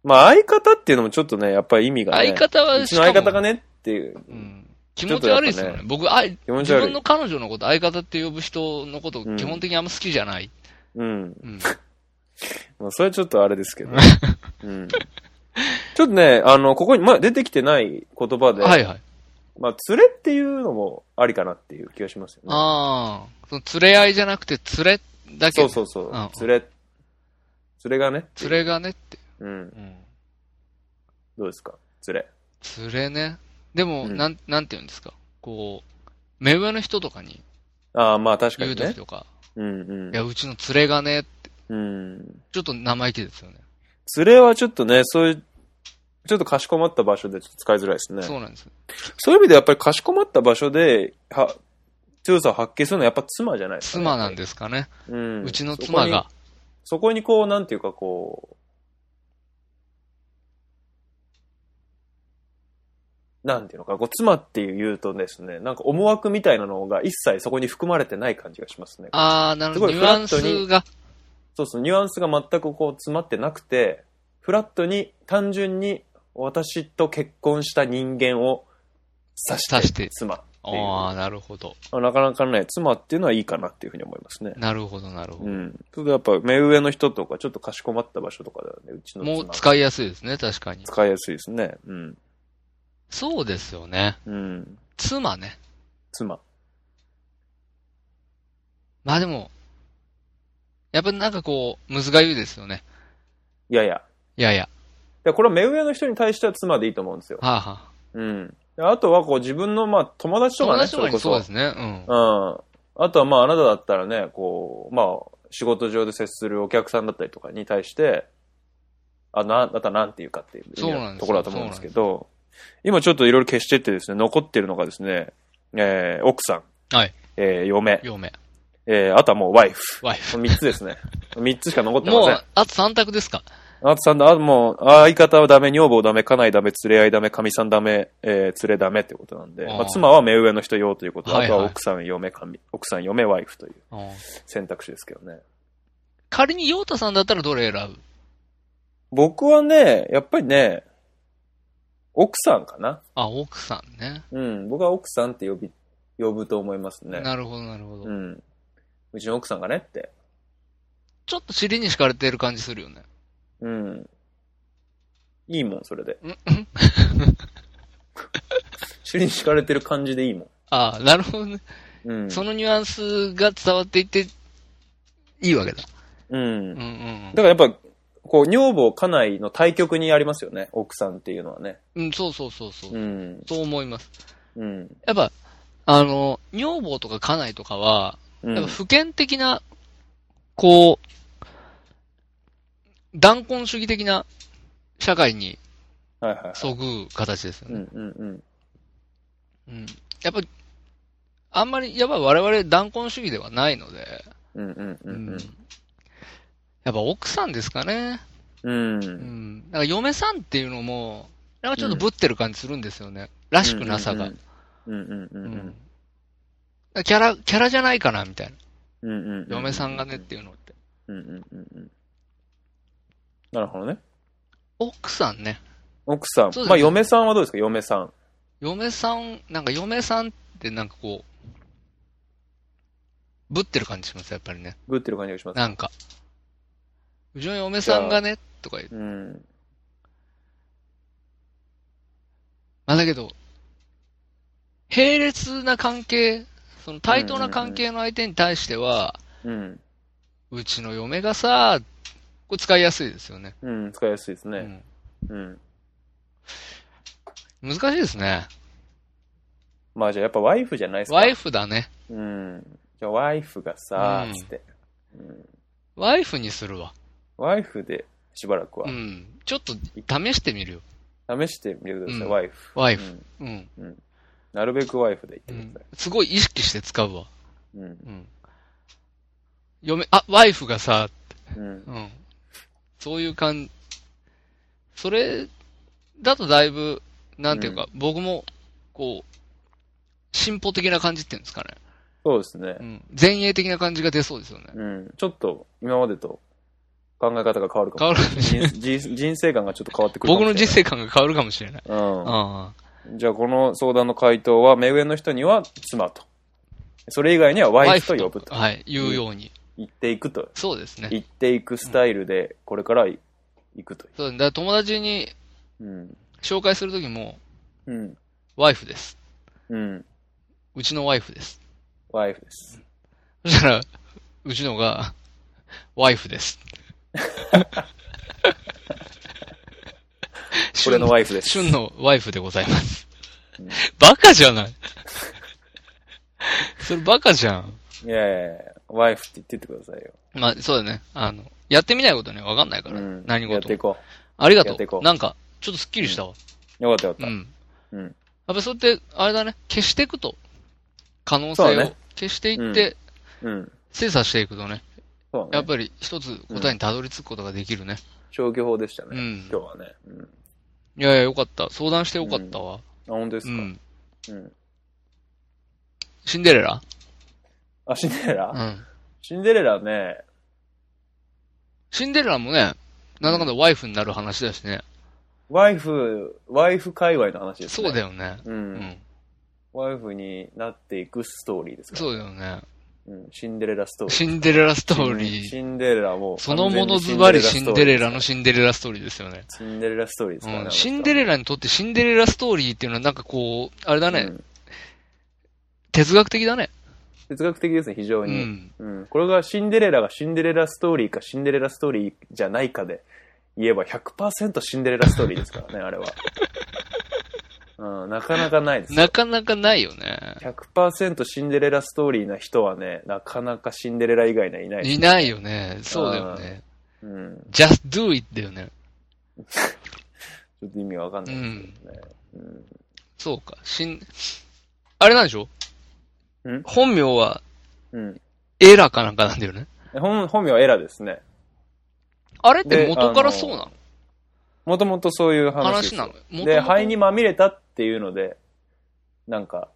[SPEAKER 2] まあ相方っていうのもちょっとね、やっぱり意味がね。
[SPEAKER 3] 相方は
[SPEAKER 2] うち
[SPEAKER 3] し
[SPEAKER 2] の
[SPEAKER 3] かも、
[SPEAKER 2] 相方がねっていう。
[SPEAKER 3] うん、気持ち悪いですよね。
[SPEAKER 2] ちょっとやっぱね
[SPEAKER 3] 僕あい、
[SPEAKER 2] 気持ち
[SPEAKER 3] 自
[SPEAKER 2] 悪
[SPEAKER 3] 分
[SPEAKER 2] い
[SPEAKER 3] の。彼女のこと相方って呼ぶ人のこと
[SPEAKER 2] うん
[SPEAKER 3] 基本的にあんま好きじゃない。
[SPEAKER 2] うん。
[SPEAKER 3] うん。
[SPEAKER 2] まあそれはちょっとあれです
[SPEAKER 3] *laughs*
[SPEAKER 2] けど。うん。ちょっとね、あの、ここに、まあ出てきてない言葉で、
[SPEAKER 3] はいはい。
[SPEAKER 2] まあ連れっていうのもありかなっていう気がしますよね。
[SPEAKER 3] ああ、その連れ合いじゃなくて連れだけ、
[SPEAKER 2] そうそううそう
[SPEAKER 3] あ。
[SPEAKER 2] 連れ、連れがね。
[SPEAKER 3] 連れがねって。
[SPEAKER 2] うん。
[SPEAKER 3] うん。
[SPEAKER 2] どうですか連れ。
[SPEAKER 3] 連れね。でも、
[SPEAKER 2] うん
[SPEAKER 3] なん、なんて言うんですか。こう、目上の人とかに
[SPEAKER 2] ああ、まあ確か
[SPEAKER 3] 言う
[SPEAKER 2] に
[SPEAKER 3] 時
[SPEAKER 2] ね。
[SPEAKER 3] とか、
[SPEAKER 2] うんうん
[SPEAKER 3] いや、。うちの連れがね、
[SPEAKER 2] うん。
[SPEAKER 3] ちょっと生意気ですよね。
[SPEAKER 2] 連れはちょっとね、そういう、ちょっとかしこまった場所でちょっと使いづらいですね。
[SPEAKER 3] そうなんです。
[SPEAKER 2] そういう意味でやっぱりかしこまった場所で、は、強さを発揮するのはやっぱ妻じゃないですか、
[SPEAKER 3] 妻なん
[SPEAKER 2] で。
[SPEAKER 3] ですかね。
[SPEAKER 2] うん。
[SPEAKER 3] うちの妻が。
[SPEAKER 2] そこに。そこにこう、なんていうかこう、なんていうのか、こう、妻っていう言うとですね、なんか思惑みたいなのが一切そこに含まれてない感じがしますね。
[SPEAKER 3] ああ、なるほど。ニ
[SPEAKER 2] すごい
[SPEAKER 3] ュアン
[SPEAKER 2] フラット
[SPEAKER 3] ス
[SPEAKER 2] に
[SPEAKER 3] が。
[SPEAKER 2] そうそう、ニュアンスが全くこう詰まってなくて、フラットに、単純に、私と結婚した人間を指して、
[SPEAKER 3] 指して
[SPEAKER 2] 妻っていう。
[SPEAKER 3] ああ、なるほど。
[SPEAKER 2] あなかなかね、妻っていうのはいいかなっていうふうに思いますね。
[SPEAKER 3] なるほど、なるほ
[SPEAKER 2] う
[SPEAKER 3] ど。
[SPEAKER 2] ん。ちょっとやっぱ目上の人とか、ちょっとかしこまった場所とかだよね、うちの妻
[SPEAKER 3] も
[SPEAKER 2] が。
[SPEAKER 3] う使いやすいですね、確かに。
[SPEAKER 2] 使いやすいですね。うん。
[SPEAKER 3] そうですよね。
[SPEAKER 2] うん。
[SPEAKER 3] 妻ね。
[SPEAKER 2] 妻。
[SPEAKER 3] まあでも、やっぱなんかこう、むずがゆいですよね。
[SPEAKER 2] いやいや。
[SPEAKER 3] いやいや。
[SPEAKER 2] でこれは目上の人に対しては妻でいいと思うんですよ。
[SPEAKER 3] はあ、はあ、
[SPEAKER 2] うん。であとはこう自分のまあ友達とか
[SPEAKER 3] 友
[SPEAKER 2] ね、。
[SPEAKER 3] 達とかにそうですすね。うん。
[SPEAKER 2] うん。あとはまああなただったらね、こう、まあ仕事上で接するお客さんだったりとかに対して、あ、な、あとはなんていうかっていう
[SPEAKER 3] そうなんですよ
[SPEAKER 2] ところだと思うんですけど、今ちょっといろいろ消してってですね、残ってるのがですね、えー、奥さん。
[SPEAKER 3] はい。
[SPEAKER 2] えー、嫁。
[SPEAKER 3] 嫁、
[SPEAKER 2] えー、あとはもうワイフ。
[SPEAKER 3] ワイフ。
[SPEAKER 2] 3つですね。3つしか *laughs* 残ってま
[SPEAKER 3] も
[SPEAKER 2] せん
[SPEAKER 3] う。、あと3択ですか
[SPEAKER 2] あとさんだ、あともう、相方はダメ、女房ダメ、家内ダメ、連れ合いダメ、神さんダメ、えー、連れダメってことなんで、
[SPEAKER 3] あー
[SPEAKER 2] まあ、妻は目上の人用ということで、
[SPEAKER 3] はい
[SPEAKER 2] あ
[SPEAKER 3] はい
[SPEAKER 2] とは奥さん、嫁、神、奥さん、嫁、ワイフという
[SPEAKER 3] うん
[SPEAKER 2] 選択肢ですけどね。
[SPEAKER 3] 仮にヨウタさんだったらどれ選ぶ
[SPEAKER 2] 僕はね、やっぱりね、奥さんかな。
[SPEAKER 3] あ、奥さんね。
[SPEAKER 2] うん、僕は奥さんって呼び、呼ぶと思いますね。
[SPEAKER 3] なるほど、なるほど。
[SPEAKER 2] うん。うちの奥さんがねって。
[SPEAKER 3] ちょっと尻に敷かれてる感じするよね。
[SPEAKER 2] うん。いいもん、それで。
[SPEAKER 3] うんうん
[SPEAKER 2] 主に敷かれてる感じでいいも
[SPEAKER 3] あなるほどね。
[SPEAKER 2] ん。うん。
[SPEAKER 3] そのニュアンスが伝わっていって、いいわけだ。
[SPEAKER 2] うん
[SPEAKER 3] うん。うん
[SPEAKER 2] だからやっぱ、こう、女房家内の対極にありますよね、奥さんっていうのはね。
[SPEAKER 3] うん。うん、そうそうそうそう。
[SPEAKER 2] うん。
[SPEAKER 3] そう思います。
[SPEAKER 2] うん。
[SPEAKER 3] やっぱ、あの、女房とか家内とかは、
[SPEAKER 2] う
[SPEAKER 3] やっぱ
[SPEAKER 2] ん。
[SPEAKER 3] 普遍的な、こう、断根主義的な社会に
[SPEAKER 2] はいは
[SPEAKER 3] そぐう形ですよ
[SPEAKER 2] い。う
[SPEAKER 3] ね。
[SPEAKER 2] んうんうん。
[SPEAKER 3] うん。やっぱ、あんまり、やっぱ我々断根主義ではないので、
[SPEAKER 2] うんうんう
[SPEAKER 3] うん
[SPEAKER 2] ん
[SPEAKER 3] やっぱ奥さんですかね。
[SPEAKER 2] うん。う。
[SPEAKER 3] うんん。なんか嫁さんっていうのも、なんかちょっとぶってる感じするんですよね。らしくなさが。
[SPEAKER 2] うんうんう
[SPEAKER 3] うん
[SPEAKER 2] うん
[SPEAKER 3] ん。キャラ、キャラじゃないかな、みたいな。
[SPEAKER 2] うんうんうん。
[SPEAKER 3] 嫁さんがねっ。ていうのって。
[SPEAKER 2] うんうんうんうん。なるほどね。
[SPEAKER 3] 奥さんね。
[SPEAKER 2] 奥さん
[SPEAKER 3] そうですね。
[SPEAKER 2] まあ、嫁さんはどうですか嫁さん。
[SPEAKER 3] 嫁さん、なんか嫁さんってなんかこう、ぶってる感じします、やっぱりね。
[SPEAKER 2] グってる感じがします。
[SPEAKER 3] なんか。うちの嫁さんがね、とか言う。
[SPEAKER 2] うん。
[SPEAKER 3] まあだけど、並列な関係、その対等な関係の相手に対しては、
[SPEAKER 2] うん。
[SPEAKER 3] うちの嫁がさ、これ使いやすいですよね。
[SPEAKER 2] うん。使いやすいですね。うん。
[SPEAKER 3] うん。難しいですね。
[SPEAKER 2] まあ、じゃあやっぱワイフじゃないですか
[SPEAKER 3] ワイフだね。
[SPEAKER 2] うん。じゃあワイフがさ
[SPEAKER 3] うん、
[SPEAKER 2] つって。うん。
[SPEAKER 3] ワイフにするわ。
[SPEAKER 2] ワイフでしばらくは
[SPEAKER 3] う。ん。ちょっと試してみるよ。
[SPEAKER 2] 試してみてください、
[SPEAKER 3] うん
[SPEAKER 2] ワイフ。
[SPEAKER 3] ワイ
[SPEAKER 2] う
[SPEAKER 3] フ。
[SPEAKER 2] ん
[SPEAKER 3] うん。
[SPEAKER 2] なるべくワイフで
[SPEAKER 3] う
[SPEAKER 2] 言って
[SPEAKER 3] ん
[SPEAKER 2] くださ
[SPEAKER 3] すごい意識して使うわ。
[SPEAKER 2] い。うん。
[SPEAKER 3] うん。嫁、あ、ワイフがさ、
[SPEAKER 2] うん。
[SPEAKER 3] うん。そういう感じ。それだとだいぶ、なんていうか、僕も、こう、進歩的な感じっていうんですかね。
[SPEAKER 2] そうですね
[SPEAKER 3] う。ん。前衛的な感じが出そうですよね。
[SPEAKER 2] うん。ちょっと、今までと考え方が変わるか
[SPEAKER 3] 変わ
[SPEAKER 2] も。
[SPEAKER 3] るかもしれない。
[SPEAKER 2] 人人人生観がちょっと変わってくるかも
[SPEAKER 3] *laughs*
[SPEAKER 2] しれな
[SPEAKER 3] 僕の
[SPEAKER 2] い
[SPEAKER 3] 人生観が変わるかもしれない。ああ。
[SPEAKER 2] うん。じゃあ、この相談の回答は、目上の人には妻と。それ以外にはワイフと呼ぶと。
[SPEAKER 3] はい、言うように。
[SPEAKER 2] 言っていくと。
[SPEAKER 3] そうですね。
[SPEAKER 2] 言っていくスタイルで、これからいくと。
[SPEAKER 3] そうだから友達に
[SPEAKER 2] うん。
[SPEAKER 3] 紹介するときも、
[SPEAKER 2] うん。
[SPEAKER 3] ワイフです。
[SPEAKER 2] うん。
[SPEAKER 3] うちのワイフです。
[SPEAKER 2] ワイフです。
[SPEAKER 3] そしたら、うちのが、ワイフです。
[SPEAKER 2] これのワイフです。
[SPEAKER 3] 旬のワイフでございます。バカじゃないそれバカじゃん。
[SPEAKER 2] いやいやいや、ワイフって言ってってくださいよ。
[SPEAKER 3] まあ、そうだね。あの、やってみないことね、わかんないから。
[SPEAKER 2] うん。
[SPEAKER 3] 何
[SPEAKER 2] やって
[SPEAKER 3] 事
[SPEAKER 2] い
[SPEAKER 3] も。
[SPEAKER 2] こ
[SPEAKER 3] ありが
[SPEAKER 2] や
[SPEAKER 3] と。
[SPEAKER 2] っていうこう
[SPEAKER 3] なんか、ちょっとスッキリしたわ。
[SPEAKER 2] う。よかったよかっ
[SPEAKER 3] うん。
[SPEAKER 2] た。うん。
[SPEAKER 3] やっぱそうやって、あれだね、消していくと、可能性
[SPEAKER 2] そう
[SPEAKER 3] を
[SPEAKER 2] ね
[SPEAKER 3] 消していって、
[SPEAKER 2] うん。
[SPEAKER 3] 精査していくとね、
[SPEAKER 2] そう
[SPEAKER 3] や
[SPEAKER 2] だ
[SPEAKER 3] っ
[SPEAKER 2] ね。
[SPEAKER 3] ぱり一つ答えにたどり着くことができるね。
[SPEAKER 2] 消去法でした
[SPEAKER 3] う
[SPEAKER 2] ね。
[SPEAKER 3] ん。
[SPEAKER 2] 今日はね。うん。あ、
[SPEAKER 3] いやいや、よかった。相談してよかったわ。
[SPEAKER 2] 本当です
[SPEAKER 3] う
[SPEAKER 2] か。
[SPEAKER 3] ん。
[SPEAKER 2] うん。
[SPEAKER 3] シンデレラ
[SPEAKER 2] あ、シンデレ
[SPEAKER 3] う
[SPEAKER 2] ラ
[SPEAKER 3] ん。
[SPEAKER 2] シンデレラね、
[SPEAKER 3] シンデレラもね、なんだかんだワイフになる話だしね。
[SPEAKER 2] ワイフ、ワイフ界隈の話ですね。
[SPEAKER 3] そうだよね。
[SPEAKER 2] う。
[SPEAKER 3] うんん。
[SPEAKER 2] ワイフになっていくストーリーですから。
[SPEAKER 3] そうだよね。
[SPEAKER 2] うん。シンデレラストーリー。
[SPEAKER 3] シンデレラストー
[SPEAKER 2] うん
[SPEAKER 3] リー。
[SPEAKER 2] シンデレラもう
[SPEAKER 3] そ
[SPEAKER 2] 完
[SPEAKER 3] の
[SPEAKER 2] 全に
[SPEAKER 3] も
[SPEAKER 2] ストーリーです
[SPEAKER 3] のズ
[SPEAKER 2] か
[SPEAKER 3] バ
[SPEAKER 2] ら。
[SPEAKER 3] リシンデレラのシンデレラストーリーですよね。
[SPEAKER 2] シンデレラストーリーですから
[SPEAKER 3] う
[SPEAKER 2] ね。
[SPEAKER 3] ん。シンデレラにとってシンデレラストーリーっていうのはなんかこう、あれだ
[SPEAKER 2] ラ
[SPEAKER 3] ね、哲学的だね。
[SPEAKER 2] 哲学的ですね、非常
[SPEAKER 3] う
[SPEAKER 2] に。
[SPEAKER 3] ん。
[SPEAKER 2] うん、これがシンデレラがシンデレラストーリーかシンデレラストーリーじゃないかで言えば100%シンデレラストーリーですからね、あれ
[SPEAKER 3] *laughs*
[SPEAKER 2] は。うん、なかなかないです。
[SPEAKER 3] なかなかないよね。
[SPEAKER 2] 100%シンデレラストーリーな人はね、なかなかシンデレラ以外にはいないです
[SPEAKER 3] いないよね。そうだよね。
[SPEAKER 2] うん。
[SPEAKER 3] just do it だよね。
[SPEAKER 2] ちょっと意味わかんないですけどね。
[SPEAKER 3] そうか。しん、あれなんでしょ
[SPEAKER 2] ん
[SPEAKER 3] 本名は
[SPEAKER 2] うん。うん
[SPEAKER 3] エラかなんかなんだよね。
[SPEAKER 2] 本本名はエラですね。
[SPEAKER 3] あれっ
[SPEAKER 2] で
[SPEAKER 3] て元からそうなの
[SPEAKER 2] もともとそういう話ですよ
[SPEAKER 3] 話なの元
[SPEAKER 2] で、
[SPEAKER 3] 々
[SPEAKER 2] 肺にまみれたっていうので、なんか、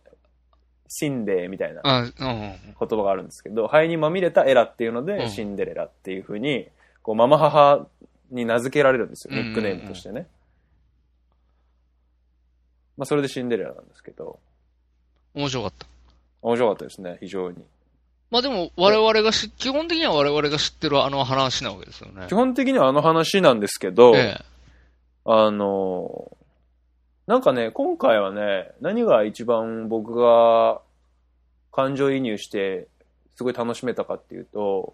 [SPEAKER 2] シンデーみたいな
[SPEAKER 3] あ、うん。
[SPEAKER 2] 言葉があるんですけど、肺にまみれたエラっていうの
[SPEAKER 3] うん
[SPEAKER 2] で、シンデレラっていうふうに、こう、ママ母に名付けられるんですよ、
[SPEAKER 3] うん
[SPEAKER 2] ニ
[SPEAKER 3] うんうん
[SPEAKER 2] ックネームとしてね。まあ、それでシンデレラなんですけど、
[SPEAKER 3] 面白かった。
[SPEAKER 2] 面白かったですね、非常に。
[SPEAKER 3] まあでも、我々がし、基本的には我々が知ってるあの話なわけですよね
[SPEAKER 2] 基。本的にはあの話なんですけど、
[SPEAKER 3] ええ。
[SPEAKER 2] あのーなんかね、今回はね、何が一番僕が感情移入して、すごい楽しめたかっていうと、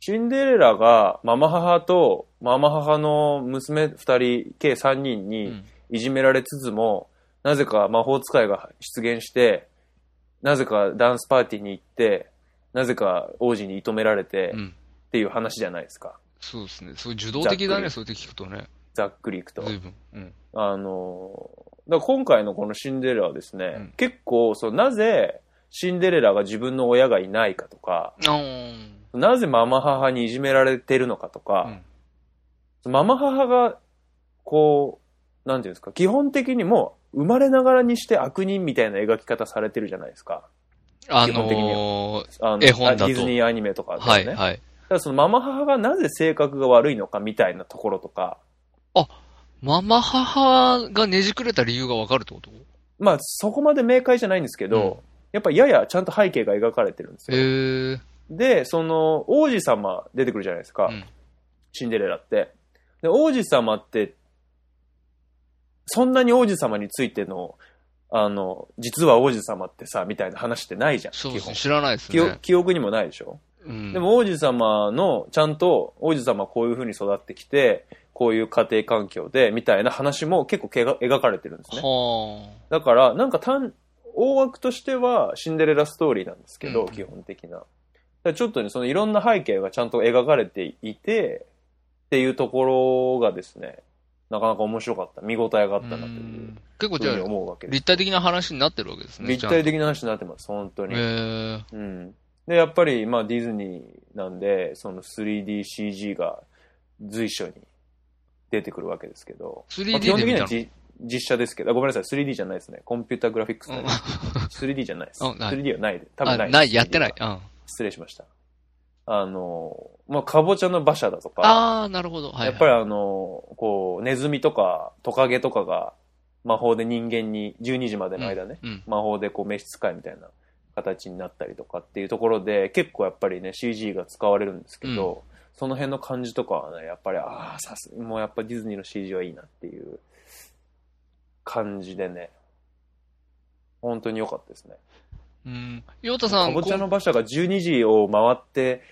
[SPEAKER 2] シンデレラがママ母とママ母の娘2人、計3人
[SPEAKER 3] う
[SPEAKER 2] に
[SPEAKER 3] ん
[SPEAKER 2] いじめられつつも、なぜか魔法使いが出現して、なぜかダンスパーティーに行って、なぜか王子に射止められて
[SPEAKER 3] うん。
[SPEAKER 2] っていう話じゃないですか。
[SPEAKER 3] そうですね。そう、受動的だね、そうやって聞くとね。
[SPEAKER 2] ざっくりいくと。
[SPEAKER 3] 随分。うん。
[SPEAKER 2] あの、だから今回のこのシンデレラはですね、
[SPEAKER 3] うん
[SPEAKER 2] 結構その、なぜシンデレラが自分の親がいないかとか、
[SPEAKER 3] あー
[SPEAKER 2] なぜママ母にいじめられてるのかと
[SPEAKER 3] う
[SPEAKER 2] か
[SPEAKER 3] ん、
[SPEAKER 2] ママ母が、こう、なんていうんですか、基本的にもう生まれながらにして悪人みたいな描き方されてるじゃないですか。
[SPEAKER 3] あ
[SPEAKER 2] 基本的に
[SPEAKER 3] のー、
[SPEAKER 2] あの
[SPEAKER 3] 絵本だと
[SPEAKER 2] ディズニーアニメとかだとね。
[SPEAKER 3] はい、
[SPEAKER 2] だか
[SPEAKER 3] はい。
[SPEAKER 2] らそのママ母がなぜ性格が悪いのかみたいなところとか、
[SPEAKER 3] ママ母がねじくれた理由がわかるってこと
[SPEAKER 2] まあそこまで明快じゃないんですけど、
[SPEAKER 3] うん
[SPEAKER 2] やっぱややちゃんと背景が描かれてるんですよ。
[SPEAKER 3] へえ。
[SPEAKER 2] で、その、王子様出てくるじゃないですか。
[SPEAKER 3] うん
[SPEAKER 2] シンデレラって。で、王子様って、そんなに王子様についての、あの、実は王子様ってさ、みたいな話ってないじゃん。
[SPEAKER 3] そう
[SPEAKER 2] 基
[SPEAKER 3] です
[SPEAKER 2] 本
[SPEAKER 3] ね。知らないです
[SPEAKER 2] 記憶
[SPEAKER 3] ね。
[SPEAKER 2] 記憶にもないでしょ、
[SPEAKER 3] うん
[SPEAKER 2] でも王子様の、ちゃんと王子様はこういう風に育ってきて、こういう家庭環境で、みたいな話も結構けが描かれてるんですね。
[SPEAKER 3] は
[SPEAKER 2] だから、なんか単、大枠としてはシンデレラストーリーなんですけど、
[SPEAKER 3] うん
[SPEAKER 2] 基本的な。だからちょっとね、そのいろんな背景がちゃんと描かれていて、っていうところがですね、なかなか面白かった。見応えがあ
[SPEAKER 3] あ。
[SPEAKER 2] ったなと
[SPEAKER 3] う
[SPEAKER 2] いうん
[SPEAKER 3] 結構
[SPEAKER 2] ふ
[SPEAKER 3] じゃ
[SPEAKER 2] うに
[SPEAKER 3] あ、
[SPEAKER 2] 思うわけです。
[SPEAKER 3] 立体的な話になってるわけですね。
[SPEAKER 2] 立体的な話になってます、本当
[SPEAKER 3] ちゃん
[SPEAKER 2] に。
[SPEAKER 3] とへ
[SPEAKER 2] うん。で、やっぱり、まあ、ディズニーなんで、その 3DCG が随所に出てくるわけですけど、まあ、基
[SPEAKER 3] 3D
[SPEAKER 2] 本
[SPEAKER 3] で
[SPEAKER 2] 的
[SPEAKER 3] 見
[SPEAKER 2] に
[SPEAKER 3] た
[SPEAKER 2] は
[SPEAKER 3] の
[SPEAKER 2] じ実写ですけど、あごめんなさい、3D じゃないですね。コンピュータグラフィックスになります 3D じゃないです。
[SPEAKER 3] あない
[SPEAKER 2] 3D はないで。多
[SPEAKER 3] あ、
[SPEAKER 2] 分ない。
[SPEAKER 3] ない、やってない。。うん
[SPEAKER 2] 失礼しました。あの、まあ、かぼちゃの馬車だとか、
[SPEAKER 3] ああ、なるほど。はいはい。
[SPEAKER 2] やっぱりあの、こう、ネズミとかトカゲとかが魔法で人間に、12時までの間ね、
[SPEAKER 3] うん。
[SPEAKER 2] 魔法でこう召使いみたいな形になったりとかっていうところで、結構やっぱりね、CG が使われるんですけど、その辺の感じとかはね、やっぱり、ああ、さす、もうやっぱディズニーの CG はいいなっていう感じでね、本当に良かったですね。
[SPEAKER 3] うん。ヨウタさん、
[SPEAKER 2] かぼちゃの
[SPEAKER 3] こ
[SPEAKER 2] 馬車が12時を回って、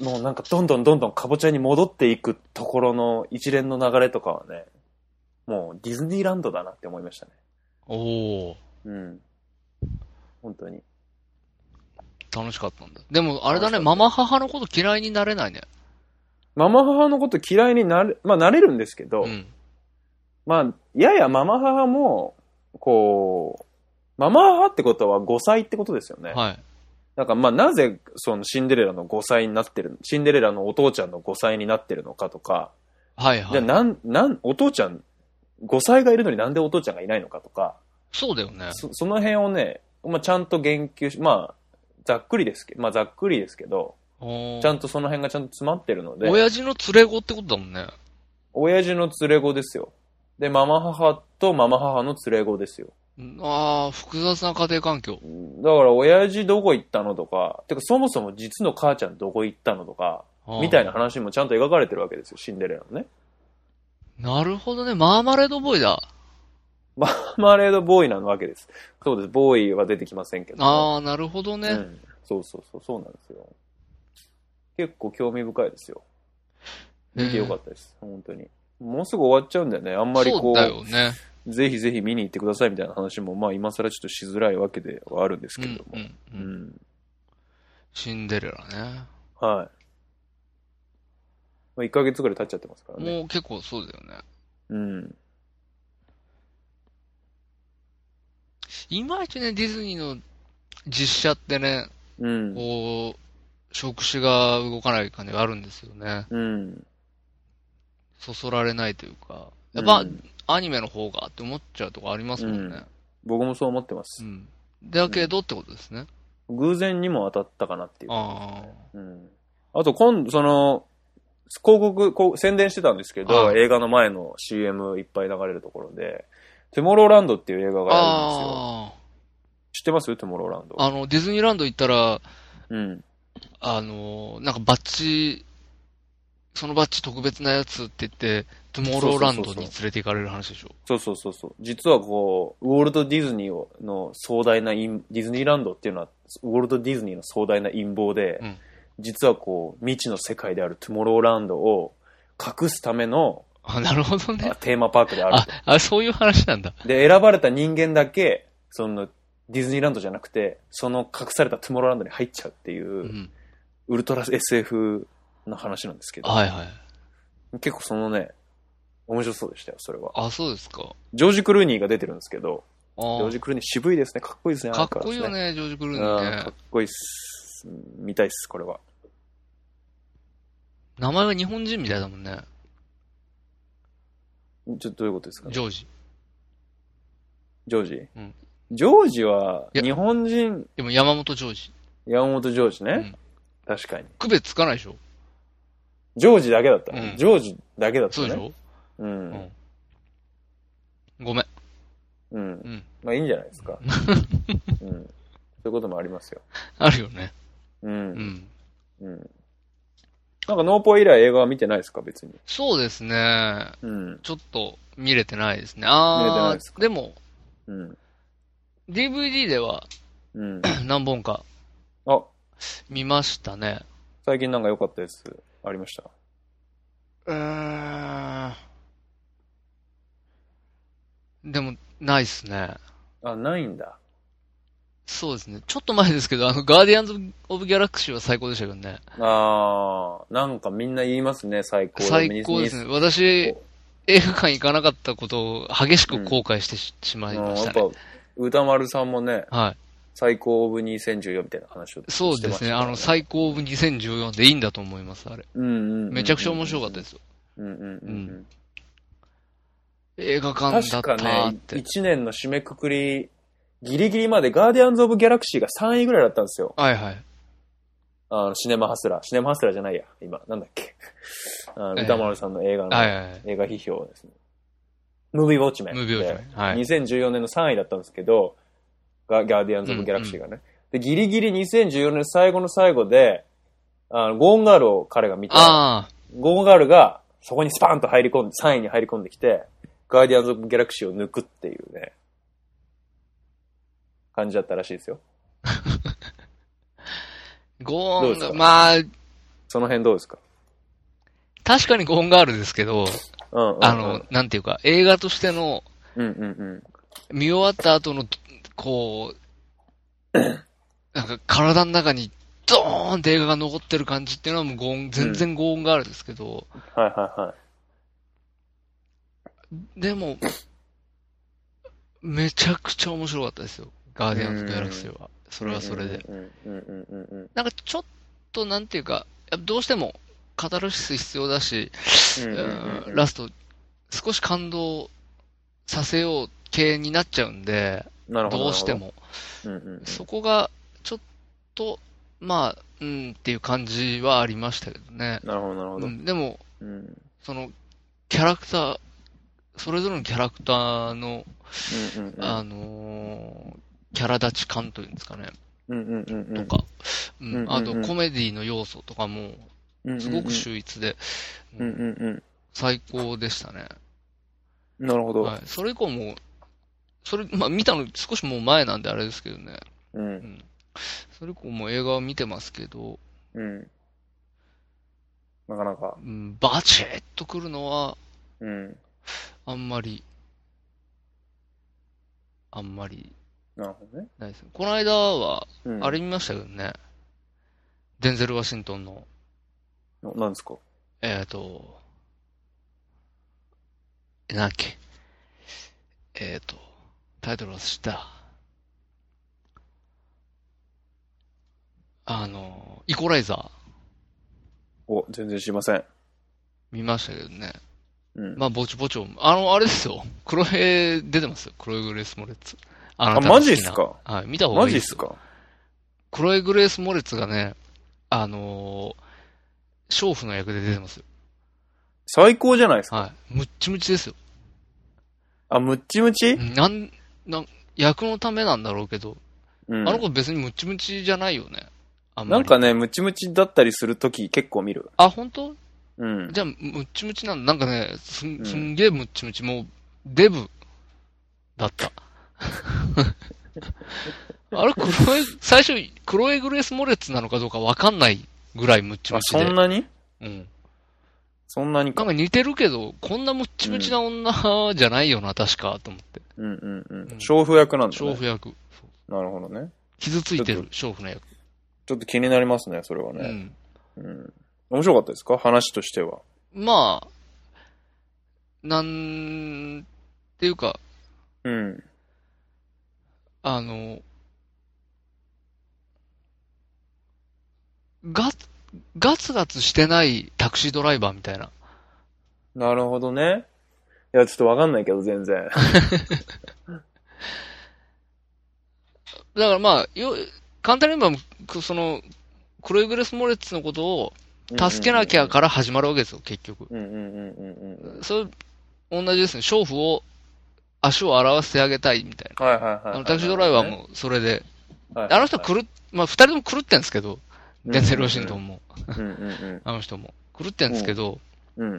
[SPEAKER 2] もうなんかどんどんどんどんかぼちゃに戻っていくところの一連の流れとかはね、もうディズニーランドだなって思いましたね。
[SPEAKER 3] おお
[SPEAKER 2] うん。本当に。
[SPEAKER 3] 楽しかったんだ。でも、あれだね、
[SPEAKER 2] 楽しかった
[SPEAKER 3] ママ母のこと嫌いになれないね。
[SPEAKER 2] ママ母のこと嫌いになれ、まあなれるんですけど、
[SPEAKER 3] うん。
[SPEAKER 2] まあ、ややママ母も、こう、ママ母ってことは5歳ってことですよね。
[SPEAKER 3] はい。
[SPEAKER 2] なんかまあなぜそのシンデレラの5歳になってる、シンデレラのお父ちゃんの5歳になってるのかとか、
[SPEAKER 3] はいは
[SPEAKER 2] じゃあ
[SPEAKER 3] い。
[SPEAKER 2] なん、なん、お父ちゃん、5歳がいるのになんでお父ちゃんがいないのかとか、
[SPEAKER 3] そうだよね。
[SPEAKER 2] そその辺をね、まあ、ちゃんと言及し、まあ、ざっくりですけど、まあ、ざっくりですけど、
[SPEAKER 3] おー
[SPEAKER 2] ちゃんとその辺がちゃんと詰まってるので、
[SPEAKER 3] 親父の連れ子ってことだもんね。
[SPEAKER 2] 親父の連れ子ですよ。で、ママ母とママ母の連れ子ですよ。
[SPEAKER 3] ああ、複雑な家庭環境。
[SPEAKER 2] だから、親父どこ行ったのとか、てか、そもそも実の母ちゃんどこ行ったのとか、
[SPEAKER 3] あー
[SPEAKER 2] みたいな。話もちゃんと描かれてるわけですよ、シンデレラのね。
[SPEAKER 3] なるほどね。マーマレードボーイだ。
[SPEAKER 2] マーマレードボーイなわけです。そうです、ボーイは出てきませんけど。
[SPEAKER 3] ああ、なるほどね。
[SPEAKER 2] うんそうそうそう、そうなんですよ。結構興味深いですよ。見てよかったです、本当に。もうすぐ終わっちゃうんだよね。あんまり
[SPEAKER 3] そ
[SPEAKER 2] こ
[SPEAKER 3] うだ
[SPEAKER 2] う、
[SPEAKER 3] よね。
[SPEAKER 2] ぜひぜひ見に行ってくださいみたいな話も、まあ今更ちょっとしづらいわけではあるんです
[SPEAKER 3] う
[SPEAKER 2] けれ
[SPEAKER 3] ん
[SPEAKER 2] ども。
[SPEAKER 3] う
[SPEAKER 2] うんん、
[SPEAKER 3] うん。シンデレラね。
[SPEAKER 2] はい。まあ、1ヶ月ぐらい経っちゃってますからね。
[SPEAKER 3] もう結構そうだよね。
[SPEAKER 2] うん。
[SPEAKER 3] いまいちね、ディズニーの実写ってね、
[SPEAKER 2] うん。
[SPEAKER 3] こう、触手が動かない感じがあるんですよね。
[SPEAKER 2] うん。
[SPEAKER 3] そそられないというか。やっぱ、
[SPEAKER 2] うん
[SPEAKER 3] アニメの方がって思っちゃうとこありますもんね。
[SPEAKER 2] 僕もそう思ってま
[SPEAKER 3] う
[SPEAKER 2] す。
[SPEAKER 3] ん。だけどってことですね。
[SPEAKER 2] 偶然にも当たったかなっていう。
[SPEAKER 3] ああ。
[SPEAKER 2] うん。あと、今度、その、広告、こう宣伝してたんですけ
[SPEAKER 3] ああ
[SPEAKER 2] ど、映画の前の CM いっぱい流れるところで、トゥモローランドっていう映画があるんですよ。
[SPEAKER 3] あ
[SPEAKER 2] 知ってますトゥモローランド
[SPEAKER 3] あ。。あの、ディズニーランド行ったら、
[SPEAKER 2] うん。
[SPEAKER 3] あの、なんかバッジ、そのバッジ特別なやつって言って、トゥモローランドに連れて行かれる話でしょ。
[SPEAKER 2] そうそうそうそう。実はこう、ウォルト・ディズニーをの壮大な陰、ディズニーランドっていうのは、ウォルト・ディズニーの壮大な陰謀で、
[SPEAKER 3] うん
[SPEAKER 2] 実はこう、未知の世界であるトゥモローランドを隠すための
[SPEAKER 3] あ、なるほどね
[SPEAKER 2] あ。テーマパークである
[SPEAKER 3] あ、あ、そういう話なんだ。
[SPEAKER 2] と。で、選ばれた人間だけ、その、ディズニーランドじゃなくて、その隠されたトゥモローランドに入っちゃうっていうう、
[SPEAKER 3] ん。
[SPEAKER 2] ウルトラ SF の話なんですけど、
[SPEAKER 3] はいはい。
[SPEAKER 2] 結構そのね、面白そうでしたよ、それは。
[SPEAKER 3] あ、そうですか。
[SPEAKER 2] ジョージ・クルーニーが出てるんですけど、
[SPEAKER 3] あ
[SPEAKER 2] ジ
[SPEAKER 3] ー
[SPEAKER 2] ョージ・クルーニー渋いですね、かっこいいですね、
[SPEAKER 3] かっこいいよ
[SPEAKER 2] 相変わらず
[SPEAKER 3] ね、ジョージ・クルーニ
[SPEAKER 2] うん
[SPEAKER 3] ー
[SPEAKER 2] か
[SPEAKER 3] ね
[SPEAKER 2] っ。こいいっす。見たいっす、これは。
[SPEAKER 3] 名前は日本人みたいだもんね。
[SPEAKER 2] ちょっとどういうことですかね
[SPEAKER 3] ジョージ。
[SPEAKER 2] ジョージ、
[SPEAKER 3] うん
[SPEAKER 2] ジョージはい
[SPEAKER 3] や
[SPEAKER 2] 日本人、
[SPEAKER 3] でも山本ジョージ。
[SPEAKER 2] 山本ジョージね。確かに。
[SPEAKER 3] 区別つかないでしょ
[SPEAKER 2] ジョージだけだった、
[SPEAKER 3] うん
[SPEAKER 2] ジョージだけだった
[SPEAKER 3] そう
[SPEAKER 2] ね。
[SPEAKER 3] でしょ
[SPEAKER 2] う
[SPEAKER 3] うん
[SPEAKER 2] ん。
[SPEAKER 3] ごめん。
[SPEAKER 2] うん。
[SPEAKER 3] うん。
[SPEAKER 2] まあいいんじゃないです
[SPEAKER 3] *laughs*
[SPEAKER 2] か。うん。そういうこともありますよ。
[SPEAKER 3] あるよね。
[SPEAKER 2] う。
[SPEAKER 3] うんん。
[SPEAKER 2] うん。なんかノーポ以来映画は見てないですか、別に。
[SPEAKER 3] そうですね。
[SPEAKER 2] うん。
[SPEAKER 3] ちょっと見れてないですね。
[SPEAKER 2] 見れてない
[SPEAKER 3] あ
[SPEAKER 2] です
[SPEAKER 3] ー、でも、
[SPEAKER 2] うん。
[SPEAKER 3] DVD では
[SPEAKER 2] うん。
[SPEAKER 3] 何本か
[SPEAKER 2] あ、
[SPEAKER 3] 見ましたね。
[SPEAKER 2] 最近なんか良かったやつありました。
[SPEAKER 3] うーん。でも、ないっすね。
[SPEAKER 2] あ、ないんだ。
[SPEAKER 3] そうですね。ちょっと前ですけど、あの、ガーディアンズ・オブ・ギャラクシーは最高でしたけどね。
[SPEAKER 2] あー、なんかみんな言いますね、最高だ
[SPEAKER 3] 最高ですね。私、映画館行かなかったことを激しく後悔してし,、まい
[SPEAKER 2] うん
[SPEAKER 3] ま
[SPEAKER 2] や
[SPEAKER 3] した
[SPEAKER 2] っぱ
[SPEAKER 3] ね。、
[SPEAKER 2] 歌丸さんもね、
[SPEAKER 3] はい。
[SPEAKER 2] 最高オブ2014みたいな話をしてました
[SPEAKER 3] そうですね。あの、最高オブ2014でいいんだと思います、あれ。
[SPEAKER 2] うんうんうんうん
[SPEAKER 3] めちゃくちゃ面白かったですよ。
[SPEAKER 2] うんうんうんうん。
[SPEAKER 3] 映画館だ
[SPEAKER 2] 確
[SPEAKER 3] った
[SPEAKER 2] か
[SPEAKER 3] ーっ
[SPEAKER 2] ね、
[SPEAKER 3] て。
[SPEAKER 2] 1年の締めくくり、ギリギリまでガーディアンズ・オブ・ギャラクシーが3位ぐらいだったんですよ。
[SPEAKER 3] はいはい。
[SPEAKER 2] あの、シネマハスラー。シネマハスラーじゃないや、今。なんだっけ。 *laughs* あの
[SPEAKER 3] ええ
[SPEAKER 2] 歌丸さんの映画の、
[SPEAKER 3] はいはいはい。
[SPEAKER 2] 映画批評ですね。ムービーウォッチメン。
[SPEAKER 3] ムービーウォッチメンはい
[SPEAKER 2] 2014年の3位だったんですけど、ガガーディアンズ・オブ・ギャラクシーがね。で、ギリギリ2014年最後の最後で、あのゴーンガールを彼が見て、
[SPEAKER 3] あ
[SPEAKER 2] ゴーンガールがそこにスパンと入り込んで、3位に入り込んできて、ガーディアンズ・オブ・ギャラクシーを抜くっていうね、感じだったらしいですよ。
[SPEAKER 3] ー、ゴ
[SPEAKER 2] どう
[SPEAKER 3] ー
[SPEAKER 2] で
[SPEAKER 3] ン
[SPEAKER 2] す
[SPEAKER 3] が、
[SPEAKER 2] か
[SPEAKER 3] まあ、
[SPEAKER 2] その辺どうですか
[SPEAKER 3] 確かにゴーンガールですけど、
[SPEAKER 2] うんうん、うん。
[SPEAKER 3] あの、、なんていうか、映画としての、
[SPEAKER 2] うんうんうん。
[SPEAKER 3] 見終わった後の、こう、なんか体の中にドーンって映画が残ってる感じっていうのはもうゴーン、全然ゴーンがあるんですけど、
[SPEAKER 2] はいはいはい。
[SPEAKER 3] でも、めちゃくちゃ面白かったですよ。ガーディアンズ・ギャラクシーは。そ
[SPEAKER 2] そ
[SPEAKER 3] れはそれで。。
[SPEAKER 2] うんうんうんうんうん
[SPEAKER 3] なんかちょっとなんていうか、やっぱどうしてもカタルシス必要だし、
[SPEAKER 2] うんうんうんうん。
[SPEAKER 3] ラスト少し感動させよう系になっちゃうんで、
[SPEAKER 2] なるほど。
[SPEAKER 3] どうしても。
[SPEAKER 2] うんうんうん。
[SPEAKER 3] そこが、ちょっと、まあ、うんっていう感じはありましたけどね。
[SPEAKER 2] なるほど、なるほど
[SPEAKER 3] う。ん、でも、
[SPEAKER 2] うん。うん
[SPEAKER 3] その、キャラクター、それぞれのキャラクターの、
[SPEAKER 2] うんうん。
[SPEAKER 3] あのーキャラ立ち感というんですかね、
[SPEAKER 2] うんうんうんう
[SPEAKER 3] と
[SPEAKER 2] ん。
[SPEAKER 3] か、うん
[SPEAKER 2] うんうんうん
[SPEAKER 3] あとコメディの要素とかも、すごく秀逸で、
[SPEAKER 2] うんうんうん。
[SPEAKER 3] 最高でしたね。
[SPEAKER 2] なるほど。
[SPEAKER 3] はい。それ以降も、それ、まあ見たの少しもう前なんであれですけどね、
[SPEAKER 2] う。
[SPEAKER 3] うんん。それ以降も映画を見てますけど、
[SPEAKER 2] うん。なかなか
[SPEAKER 3] う。ん、バチッとくるのは、
[SPEAKER 2] うん。
[SPEAKER 3] あんまり、あんまり
[SPEAKER 2] なるほどね。
[SPEAKER 3] ないですね。この間は、
[SPEAKER 2] うん、
[SPEAKER 3] あれ見ましたけどね。デンゼル・ワシントンの、
[SPEAKER 2] ななんですか
[SPEAKER 3] えっ、と、え、なんだっけ。えっ、と、タイトル忘れた。あの、イコライザー
[SPEAKER 2] お、全然知りません。
[SPEAKER 3] 見ましたけどね。
[SPEAKER 2] うん。
[SPEAKER 3] まあ、ぼちぼちお、あの、あれですよ。黒江出てますよ。黒江グレース・モレッツ。あなたの
[SPEAKER 2] マジっすか
[SPEAKER 3] 好きなはい、見た方がい
[SPEAKER 2] マ
[SPEAKER 3] い
[SPEAKER 2] ジっ
[SPEAKER 3] ですすよ。
[SPEAKER 2] か
[SPEAKER 3] 黒江グレース・モレッツがね、あのー、娼婦の役で出てますよ。
[SPEAKER 2] 最高じゃないですか。
[SPEAKER 3] はい。ムッチムチですよ。
[SPEAKER 2] あ、ムッチムチ
[SPEAKER 3] なん、なん、役のためなんだろうけど、
[SPEAKER 2] うん
[SPEAKER 3] あの子別にムッチムチじゃないよね。あんま
[SPEAKER 2] な
[SPEAKER 3] り
[SPEAKER 2] んかね、ムチムチだったりするとき結構見る。
[SPEAKER 3] あ、本当
[SPEAKER 2] うん。
[SPEAKER 3] じゃあ、ムッチムチなんだ。なんかね、すん、
[SPEAKER 2] ん
[SPEAKER 3] すんげえムッチムチ。もう、デブ、
[SPEAKER 2] *laughs*
[SPEAKER 3] だった。あれ、黒い、最初、黒いグレースモレッツなのかどうかわかんないぐらいムッチ
[SPEAKER 2] あ
[SPEAKER 3] ム、チ
[SPEAKER 2] そ
[SPEAKER 3] で。
[SPEAKER 2] んなに
[SPEAKER 3] うん。
[SPEAKER 2] そんなに
[SPEAKER 3] な
[SPEAKER 2] か
[SPEAKER 3] ん。か似てるけど、こんなムッチムチな女じゃないよな、確か、と思って。
[SPEAKER 2] うんうんうん。娼婦役なんだ
[SPEAKER 3] 娼
[SPEAKER 2] ね。
[SPEAKER 3] 婦役。そう
[SPEAKER 2] なるほどね。
[SPEAKER 3] 傷ついてる、娼婦の役。
[SPEAKER 2] ちょっと気になりますね、それは
[SPEAKER 3] う
[SPEAKER 2] ね。
[SPEAKER 3] ん。
[SPEAKER 2] うん。面白かったですか話としては。
[SPEAKER 3] まあ、なん、っていうか、
[SPEAKER 2] うん。
[SPEAKER 3] あの、ガツ、ガツガツしてないタクシードライバーみたいな。
[SPEAKER 2] なるほどね。いや、ちょっとわかんないけど、全然。
[SPEAKER 3] だからまあ、よ、簡単に言えばく、その、クロイグレス・モレッツのことを *laughs* 助けなきゃから始まるわけですよ、結局。
[SPEAKER 2] うんうんうんうんうん。
[SPEAKER 3] それ、同じですね。娼婦を、足を洗わせてあげたいみたい
[SPEAKER 2] はいはい
[SPEAKER 3] な。
[SPEAKER 2] は
[SPEAKER 3] あ
[SPEAKER 2] い。
[SPEAKER 3] の、タクシードライバーもそれで。
[SPEAKER 2] はい、
[SPEAKER 3] あの人狂っ、まあ、二人とも狂ってんですけど、
[SPEAKER 2] うん
[SPEAKER 3] デンゼル・ワシントンも、
[SPEAKER 2] うんうん
[SPEAKER 3] あの人も。狂ってんですけど、
[SPEAKER 2] うん。うん。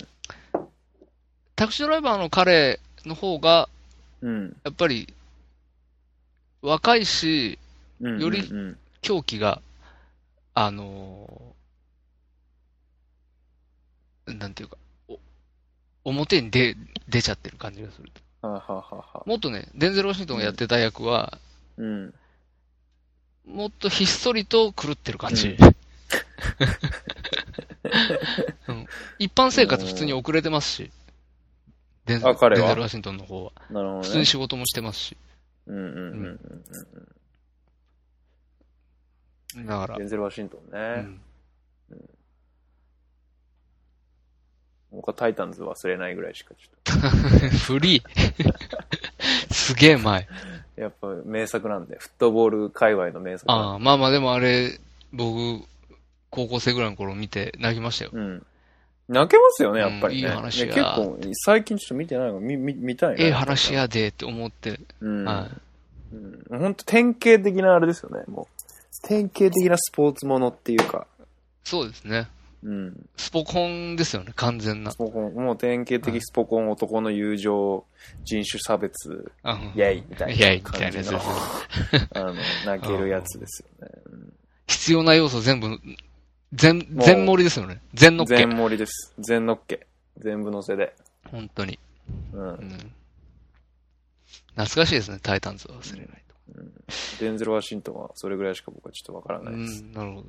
[SPEAKER 3] タクシードライバーの彼の方が、
[SPEAKER 2] うん。
[SPEAKER 3] やっぱり、若いし、
[SPEAKER 2] うん
[SPEAKER 3] より
[SPEAKER 2] うんうん
[SPEAKER 3] 狂気が、あのーなんていうか、お表に出、出ちゃってる感じがする。
[SPEAKER 2] はいはいはいはい。
[SPEAKER 3] もっとね、デンゼル・ワシントンがやってた役は、
[SPEAKER 2] うん。
[SPEAKER 3] もっとひっそりと狂ってる感じ。うん一般生活普通に遅れてますし、デンゼ
[SPEAKER 2] あ
[SPEAKER 3] ル・
[SPEAKER 2] 彼
[SPEAKER 3] デ
[SPEAKER 2] は
[SPEAKER 3] ンゼルワシントンの方は。
[SPEAKER 2] なるほどね。
[SPEAKER 3] 普通に仕事もしてますし。
[SPEAKER 2] うんうんうんうん
[SPEAKER 3] だか
[SPEAKER 2] う
[SPEAKER 3] ら
[SPEAKER 2] ん。デ、ンゼル・ワシントン
[SPEAKER 3] う
[SPEAKER 2] ね。
[SPEAKER 3] ん *laughs*
[SPEAKER 2] 僕はタイタンズ忘れないぐらいしかちょっ
[SPEAKER 3] フリー。 *laughs* すげえ前。
[SPEAKER 2] と。やっぱ名作なんで、フットボール界隈の名作なんで
[SPEAKER 3] ああ、まあまあでもあれ、僕、高校生ぐらいの頃見て泣きましたよ。
[SPEAKER 2] うん。泣けますよね、やっぱりね。
[SPEAKER 3] うんいい話や
[SPEAKER 2] ね結構、最近ちょっと見てないの見、見、見たいな。
[SPEAKER 3] ええ話。やでって思って、
[SPEAKER 2] うん。
[SPEAKER 3] は
[SPEAKER 2] うん。本当典型的なあれですよね、もう。典型的なスポーツものっていうか。
[SPEAKER 3] そうですね。
[SPEAKER 2] うん。
[SPEAKER 3] スポコンですよね、完全な
[SPEAKER 2] ス。ポコン、もう典型的スポコン男の友情、人種差別、
[SPEAKER 3] うん
[SPEAKER 2] イェイみたい
[SPEAKER 3] イェイ
[SPEAKER 2] な
[SPEAKER 3] み
[SPEAKER 2] 感
[SPEAKER 3] たいな
[SPEAKER 2] じ
[SPEAKER 3] やつ
[SPEAKER 2] の
[SPEAKER 3] ですね、
[SPEAKER 2] あの、泣けるやつですよね。
[SPEAKER 3] 必要な要素全部、全、
[SPEAKER 2] もう
[SPEAKER 3] 全盛りですよね。全のっけ
[SPEAKER 2] 全。盛りです。全のっけ。全部乗せで。
[SPEAKER 3] 本当に。
[SPEAKER 2] うん
[SPEAKER 3] う。ん。懐かしいですね、タイタンズは忘れないと。
[SPEAKER 2] デンゼル・ワシントンはそれぐらいしか僕はちょっとわから
[SPEAKER 3] う
[SPEAKER 2] ないです。
[SPEAKER 3] ん、なるほど。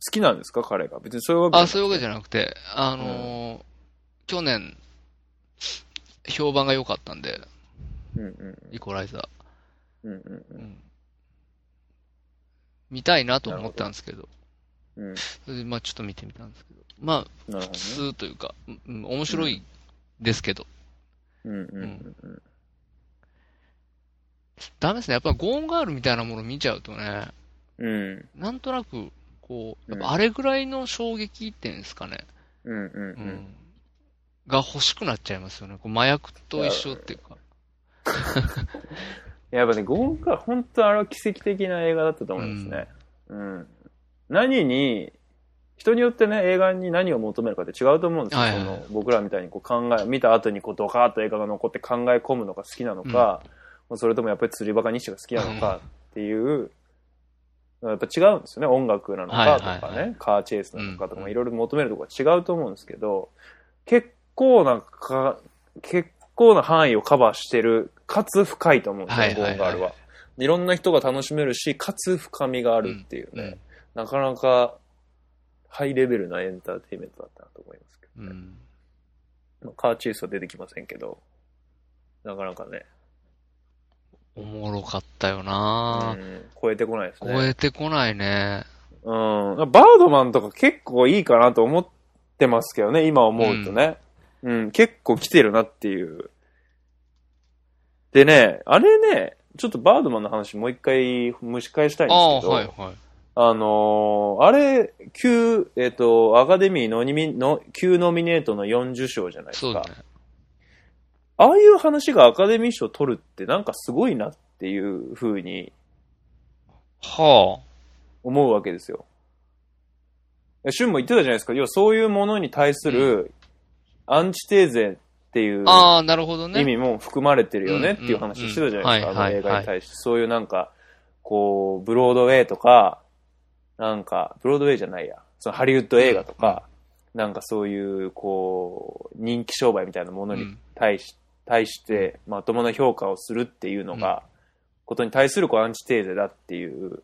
[SPEAKER 2] 好きなんですか彼が。別にそういうわけ
[SPEAKER 3] あ、そう
[SPEAKER 2] う。
[SPEAKER 3] いうわけじゃなくて、あのー去年、評判が良かったんで、
[SPEAKER 2] うんうん
[SPEAKER 3] イコライザー。
[SPEAKER 2] うんうん
[SPEAKER 3] う
[SPEAKER 2] うん
[SPEAKER 3] ん見たいなと思ったんですけど、
[SPEAKER 2] うん。
[SPEAKER 3] それでまあちょっと見てみたんですけど、まあ
[SPEAKER 2] なるほ
[SPEAKER 3] 普通というか、うん、面白いですけど、
[SPEAKER 2] どね。うんうんうん
[SPEAKER 3] ダメですね。やっぱゴーンガールみたいなもの見ちゃうとね、
[SPEAKER 2] うん。うん
[SPEAKER 3] なんとなく、こ
[SPEAKER 2] う
[SPEAKER 3] う、や
[SPEAKER 2] ん
[SPEAKER 3] っぱあれぐらいの衝撃っていうんですかね、
[SPEAKER 2] うんう
[SPEAKER 3] うん
[SPEAKER 2] ん。
[SPEAKER 3] が欲しくなっちゃいますよね。こう麻薬と一緒っていうか。
[SPEAKER 2] やっぱね、ゴーンが本当あれは奇跡的な映画だったと思いますね。うん。何に、人によってね、映画に何を求めるかって違うと思うんですよ。
[SPEAKER 3] はいは
[SPEAKER 2] そ
[SPEAKER 3] いはい
[SPEAKER 2] の僕らみたいにこう考え、見た後にこうドカーッと映画が残って考え込むのが好きなのか、まあそれともやっぱり釣りバカ西が好きなのかっていう、やっぱ違うんですよね。音楽なのかとかね、
[SPEAKER 3] はいはいは
[SPEAKER 2] カーチェイスなのかと
[SPEAKER 3] うん
[SPEAKER 2] か、
[SPEAKER 3] うん
[SPEAKER 2] いろいろ求めるところは違うと思うんですけど、結構なか、結構な範囲をカバーしてる、かつ深いと思うんですよ、
[SPEAKER 3] はいはい
[SPEAKER 2] ボ
[SPEAKER 3] はい
[SPEAKER 2] ーンガールは。いろんな人が楽しめるし、かつ深みがあるっていうね、
[SPEAKER 3] うん
[SPEAKER 2] なかなかハイレベルなエンターテインメントだったなと思いますけど
[SPEAKER 3] う
[SPEAKER 2] ね。
[SPEAKER 3] ん。
[SPEAKER 2] まあ、カーチェイスは出てきませんけど、なかなかね、
[SPEAKER 3] おもろかったよな
[SPEAKER 2] う、ん、超えてこないですね。
[SPEAKER 3] 超えてこないね。
[SPEAKER 2] うん。バードマンとか結構いいかなと思ってますけどね、今思うとね。うん、結構来てるなっていう。でね、あれね、ちょっとバードマンの話もう一回蒸し返したいん
[SPEAKER 3] あ
[SPEAKER 2] で
[SPEAKER 3] あ
[SPEAKER 2] すけ
[SPEAKER 3] ー、
[SPEAKER 2] ど、あ,、
[SPEAKER 3] はいはい。
[SPEAKER 2] のーあれ、旧、えっ、と、アカデミーのにみの、旧ノミネートの40賞じゃないです
[SPEAKER 3] そうだ
[SPEAKER 2] か
[SPEAKER 3] ね。。
[SPEAKER 2] ああいう話がアカデミー賞取るってなんかすごいなっていう風に
[SPEAKER 3] は
[SPEAKER 2] 思うわけですよ。いや俊も言ってたじゃないですか。要はそういうものに対するアンチテーゼっていう
[SPEAKER 3] あ。ああ、なるほどね。
[SPEAKER 2] 意味も含まれてるよねっていう話してたじゃないです
[SPEAKER 3] うんうんうん
[SPEAKER 2] か。あの
[SPEAKER 3] は
[SPEAKER 2] 映
[SPEAKER 3] いはい
[SPEAKER 2] 画
[SPEAKER 3] は
[SPEAKER 2] に
[SPEAKER 3] い
[SPEAKER 2] 対して。そういうなんか、こう、ブロードウェイとか、なんか、ブロードウェイじゃないや。そのハリウッド映画とか、なんかそういう、こう、人気商売みたいなもの
[SPEAKER 3] う
[SPEAKER 2] に
[SPEAKER 3] ん
[SPEAKER 2] 対し対してまともな評価をするっていうのが、ことに対するこうアンチテーゼだっていう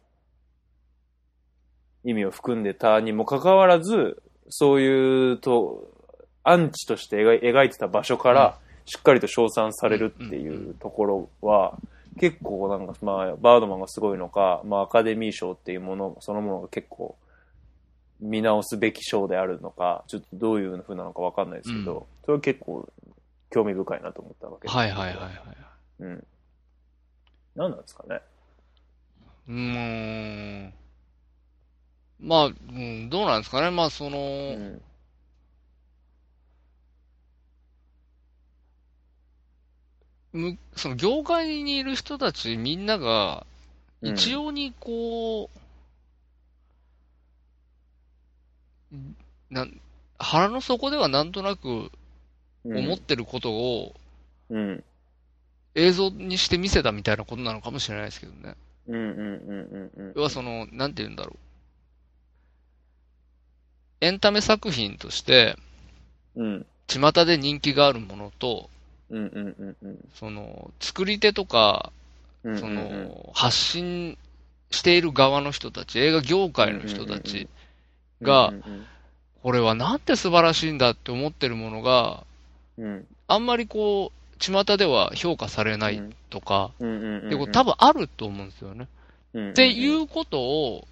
[SPEAKER 2] 意味を含んでたにもかかわらず、そういうと、アンチとして描い描いてた場所から、しっかりと称賛されるって
[SPEAKER 3] うんうん
[SPEAKER 2] いううところは、結構なんか、まあ、バードマンがすごいのか、まあ、アカデミー賞っていうもの、そのものが結構、見直すべき賞であるのか、ちょっとどういうふうなのかわかんないですけど、
[SPEAKER 3] う
[SPEAKER 2] それは結構興味深いなと思ったわけです
[SPEAKER 3] はいはいはいはい。
[SPEAKER 2] うん。何なんですかね。
[SPEAKER 3] うーん。まあ、うん、どうなんですかね。まあ、その、
[SPEAKER 2] うん。
[SPEAKER 3] む、その業界にいる人たちみんなが、
[SPEAKER 2] うん
[SPEAKER 3] 一様にこう、なん、腹の底ではなんとなく思ってることを
[SPEAKER 2] うん。
[SPEAKER 3] 映像にして見せたみたいなことなのかもしれないですけどね。
[SPEAKER 2] うんうんうんうんうん。
[SPEAKER 3] 要はその、なんて言うんだろう。エンタメ作品として、
[SPEAKER 2] うん。
[SPEAKER 3] 巷で人気があるものと、
[SPEAKER 2] うんうんうんうん。
[SPEAKER 3] その、作り手とか、
[SPEAKER 2] うん
[SPEAKER 3] そ
[SPEAKER 2] うんうん
[SPEAKER 3] の、発信している側の人たち、映画業界の人た
[SPEAKER 2] うんうんうん
[SPEAKER 3] ち、が
[SPEAKER 2] うんうん
[SPEAKER 3] これはなんて素晴らしいんだって思ってるものが、
[SPEAKER 2] うん。
[SPEAKER 3] あんまりこう、巷では評価されないとか、
[SPEAKER 2] うんうんうんうん。
[SPEAKER 3] ってこと多分あると思うんですよね。
[SPEAKER 2] 分、
[SPEAKER 3] って
[SPEAKER 2] う
[SPEAKER 3] いうことを、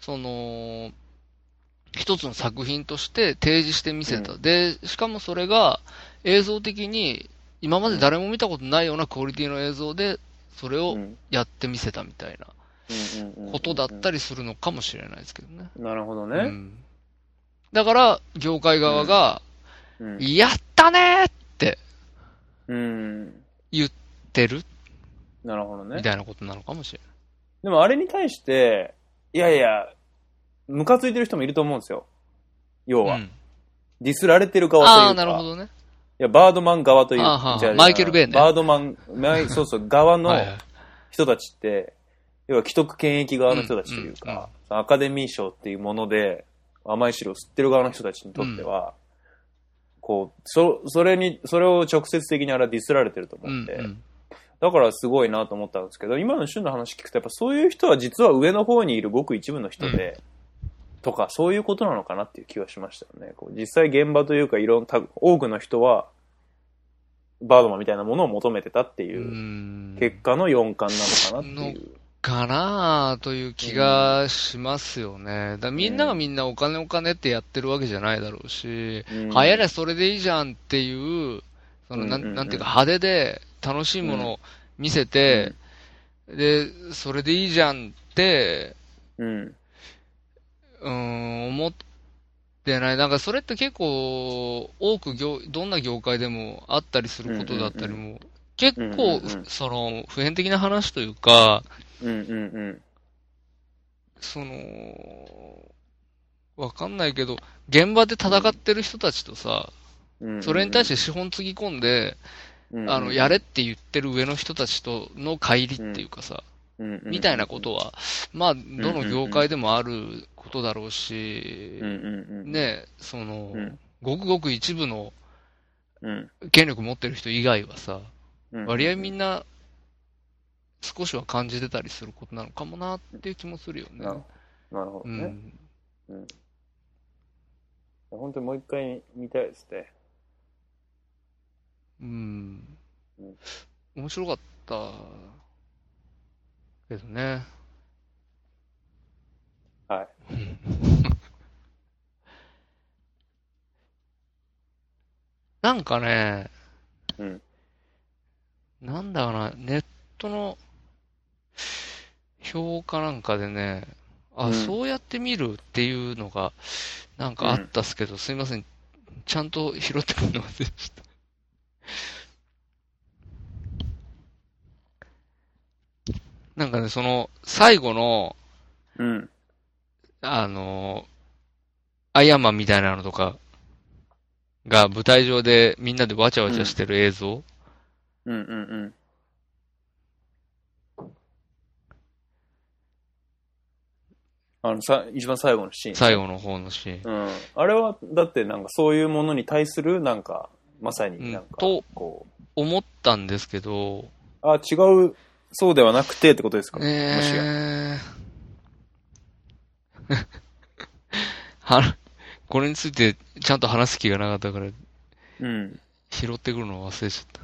[SPEAKER 3] その、一つの作品として提示してみせた。で、しかもそれが映像的に今まで誰も見たことないようなクオリティの映像で、それ
[SPEAKER 2] ん、
[SPEAKER 3] をやってみせたみたいなことだった
[SPEAKER 2] り。
[SPEAKER 3] りするのかもしれないですけどね。
[SPEAKER 2] なるほど
[SPEAKER 3] う
[SPEAKER 2] ね。
[SPEAKER 3] ん、だから、業界側が、
[SPEAKER 2] うん。
[SPEAKER 3] やったねーっ
[SPEAKER 2] うん。
[SPEAKER 3] てる
[SPEAKER 2] なるほど
[SPEAKER 3] み
[SPEAKER 2] ね。
[SPEAKER 3] たいなことなのかもしれ
[SPEAKER 2] でもあれに対して、いやいや、ムカついてる人もいると思うんですよ。要
[SPEAKER 3] な
[SPEAKER 2] は、
[SPEAKER 3] い。うん、
[SPEAKER 2] ディスられてる側というか。
[SPEAKER 3] ああ、なるほどね。
[SPEAKER 2] いや、バードマン側という
[SPEAKER 3] あーはーはー
[SPEAKER 2] じゃあ
[SPEAKER 3] マイケルベイね
[SPEAKER 2] バードマン、マ
[SPEAKER 3] *laughs*
[SPEAKER 2] イそうそう、側の
[SPEAKER 3] はいはい
[SPEAKER 2] 人たちって、要は既得権益側の人たちという
[SPEAKER 3] うんうんうん
[SPEAKER 2] か、そのアカデミー賞っていうもので、甘い汁を吸ってる側の人たちにとっては、こう、そ、それに、それを直接的にあれはディスられてると
[SPEAKER 3] う
[SPEAKER 2] 思っ
[SPEAKER 3] ん
[SPEAKER 2] て、
[SPEAKER 3] うん、
[SPEAKER 2] だからすごいなと思ったんですけど、今の旬の話聞くと、やっぱそういう人は実は上の方にいるごく一部の人で、とか、そういうことなのかなっていう気はしましたよね。こう実際現場というか、いろんな、多くの人は、バードマンみたいなものを求めてたって
[SPEAKER 3] う
[SPEAKER 2] いうん結果の4巻なのかなっていう。
[SPEAKER 3] かなあという気がしますよね。だみんながみんなお金お金ってやってるわけじゃないだろうし、
[SPEAKER 2] うん
[SPEAKER 3] 流行れそれでいいじゃんっていう、そのな
[SPEAKER 2] うんうんうん
[SPEAKER 3] んなんていうか派手で楽しいものを見せて、で、それでいいじゃんって、
[SPEAKER 2] うん。
[SPEAKER 3] うーん、思ってない。なんかそれって結構、多く業、どんな業界でもあったりすることだったりも、
[SPEAKER 2] う
[SPEAKER 3] 結構、
[SPEAKER 2] うんうんうん
[SPEAKER 3] その、普遍的な話というか、
[SPEAKER 2] うんうんうん。
[SPEAKER 3] その、わかんないけど、現場で戦ってる人たちとさ、
[SPEAKER 2] うんうんうん
[SPEAKER 3] それに対して資本つぎ込んで、
[SPEAKER 2] うん
[SPEAKER 3] あの、やれって言ってる上の人たちとの乖離っていうかさ、みたいなこ。とは、まあ、どの業界でもあることだろうし
[SPEAKER 2] うん、うんうん。。
[SPEAKER 3] ね、その
[SPEAKER 2] うん、
[SPEAKER 3] ごくごく一部の
[SPEAKER 2] うん
[SPEAKER 3] 権力持ってる人以外はさ、
[SPEAKER 2] うん。
[SPEAKER 3] 割合みん
[SPEAKER 2] な。
[SPEAKER 3] な少しは感じてたりすることなのかもなっていう気もするよね
[SPEAKER 2] な。なるほど
[SPEAKER 3] う
[SPEAKER 2] ね。
[SPEAKER 3] ん。
[SPEAKER 2] 本当にもう一回見たいですね。
[SPEAKER 3] うん
[SPEAKER 2] うん。
[SPEAKER 3] 面白かったけどね。
[SPEAKER 2] はい。
[SPEAKER 3] *laughs* なんかね、
[SPEAKER 2] うん
[SPEAKER 3] なんだかな、ネットの評価なんかでね、あ、
[SPEAKER 2] うん
[SPEAKER 3] そうやって見るっていうのが、なんかあったっすけど、すいません。ちゃんと拾ってくるの忘れました。なんかね、その、最後の、
[SPEAKER 2] うん。
[SPEAKER 3] あの、アイアンマンみたいなのとかが舞台上でみんなでわちゃわちゃしてる映像、
[SPEAKER 2] うんうんうん。あのさ、一番最後のシーン。
[SPEAKER 3] 最後の方のシーン。
[SPEAKER 2] うん。あれは、だってなんかそういうものに対する、なんか、まさになんか、
[SPEAKER 3] うんと
[SPEAKER 2] こう、
[SPEAKER 3] 思ったんですけど、
[SPEAKER 2] あ、違う、そうではなくてってことですかもしや
[SPEAKER 3] ねえ *laughs* はこれについてちゃんと話す気がなかったから
[SPEAKER 2] うん。
[SPEAKER 3] 拾ってくるのを忘れちゃった。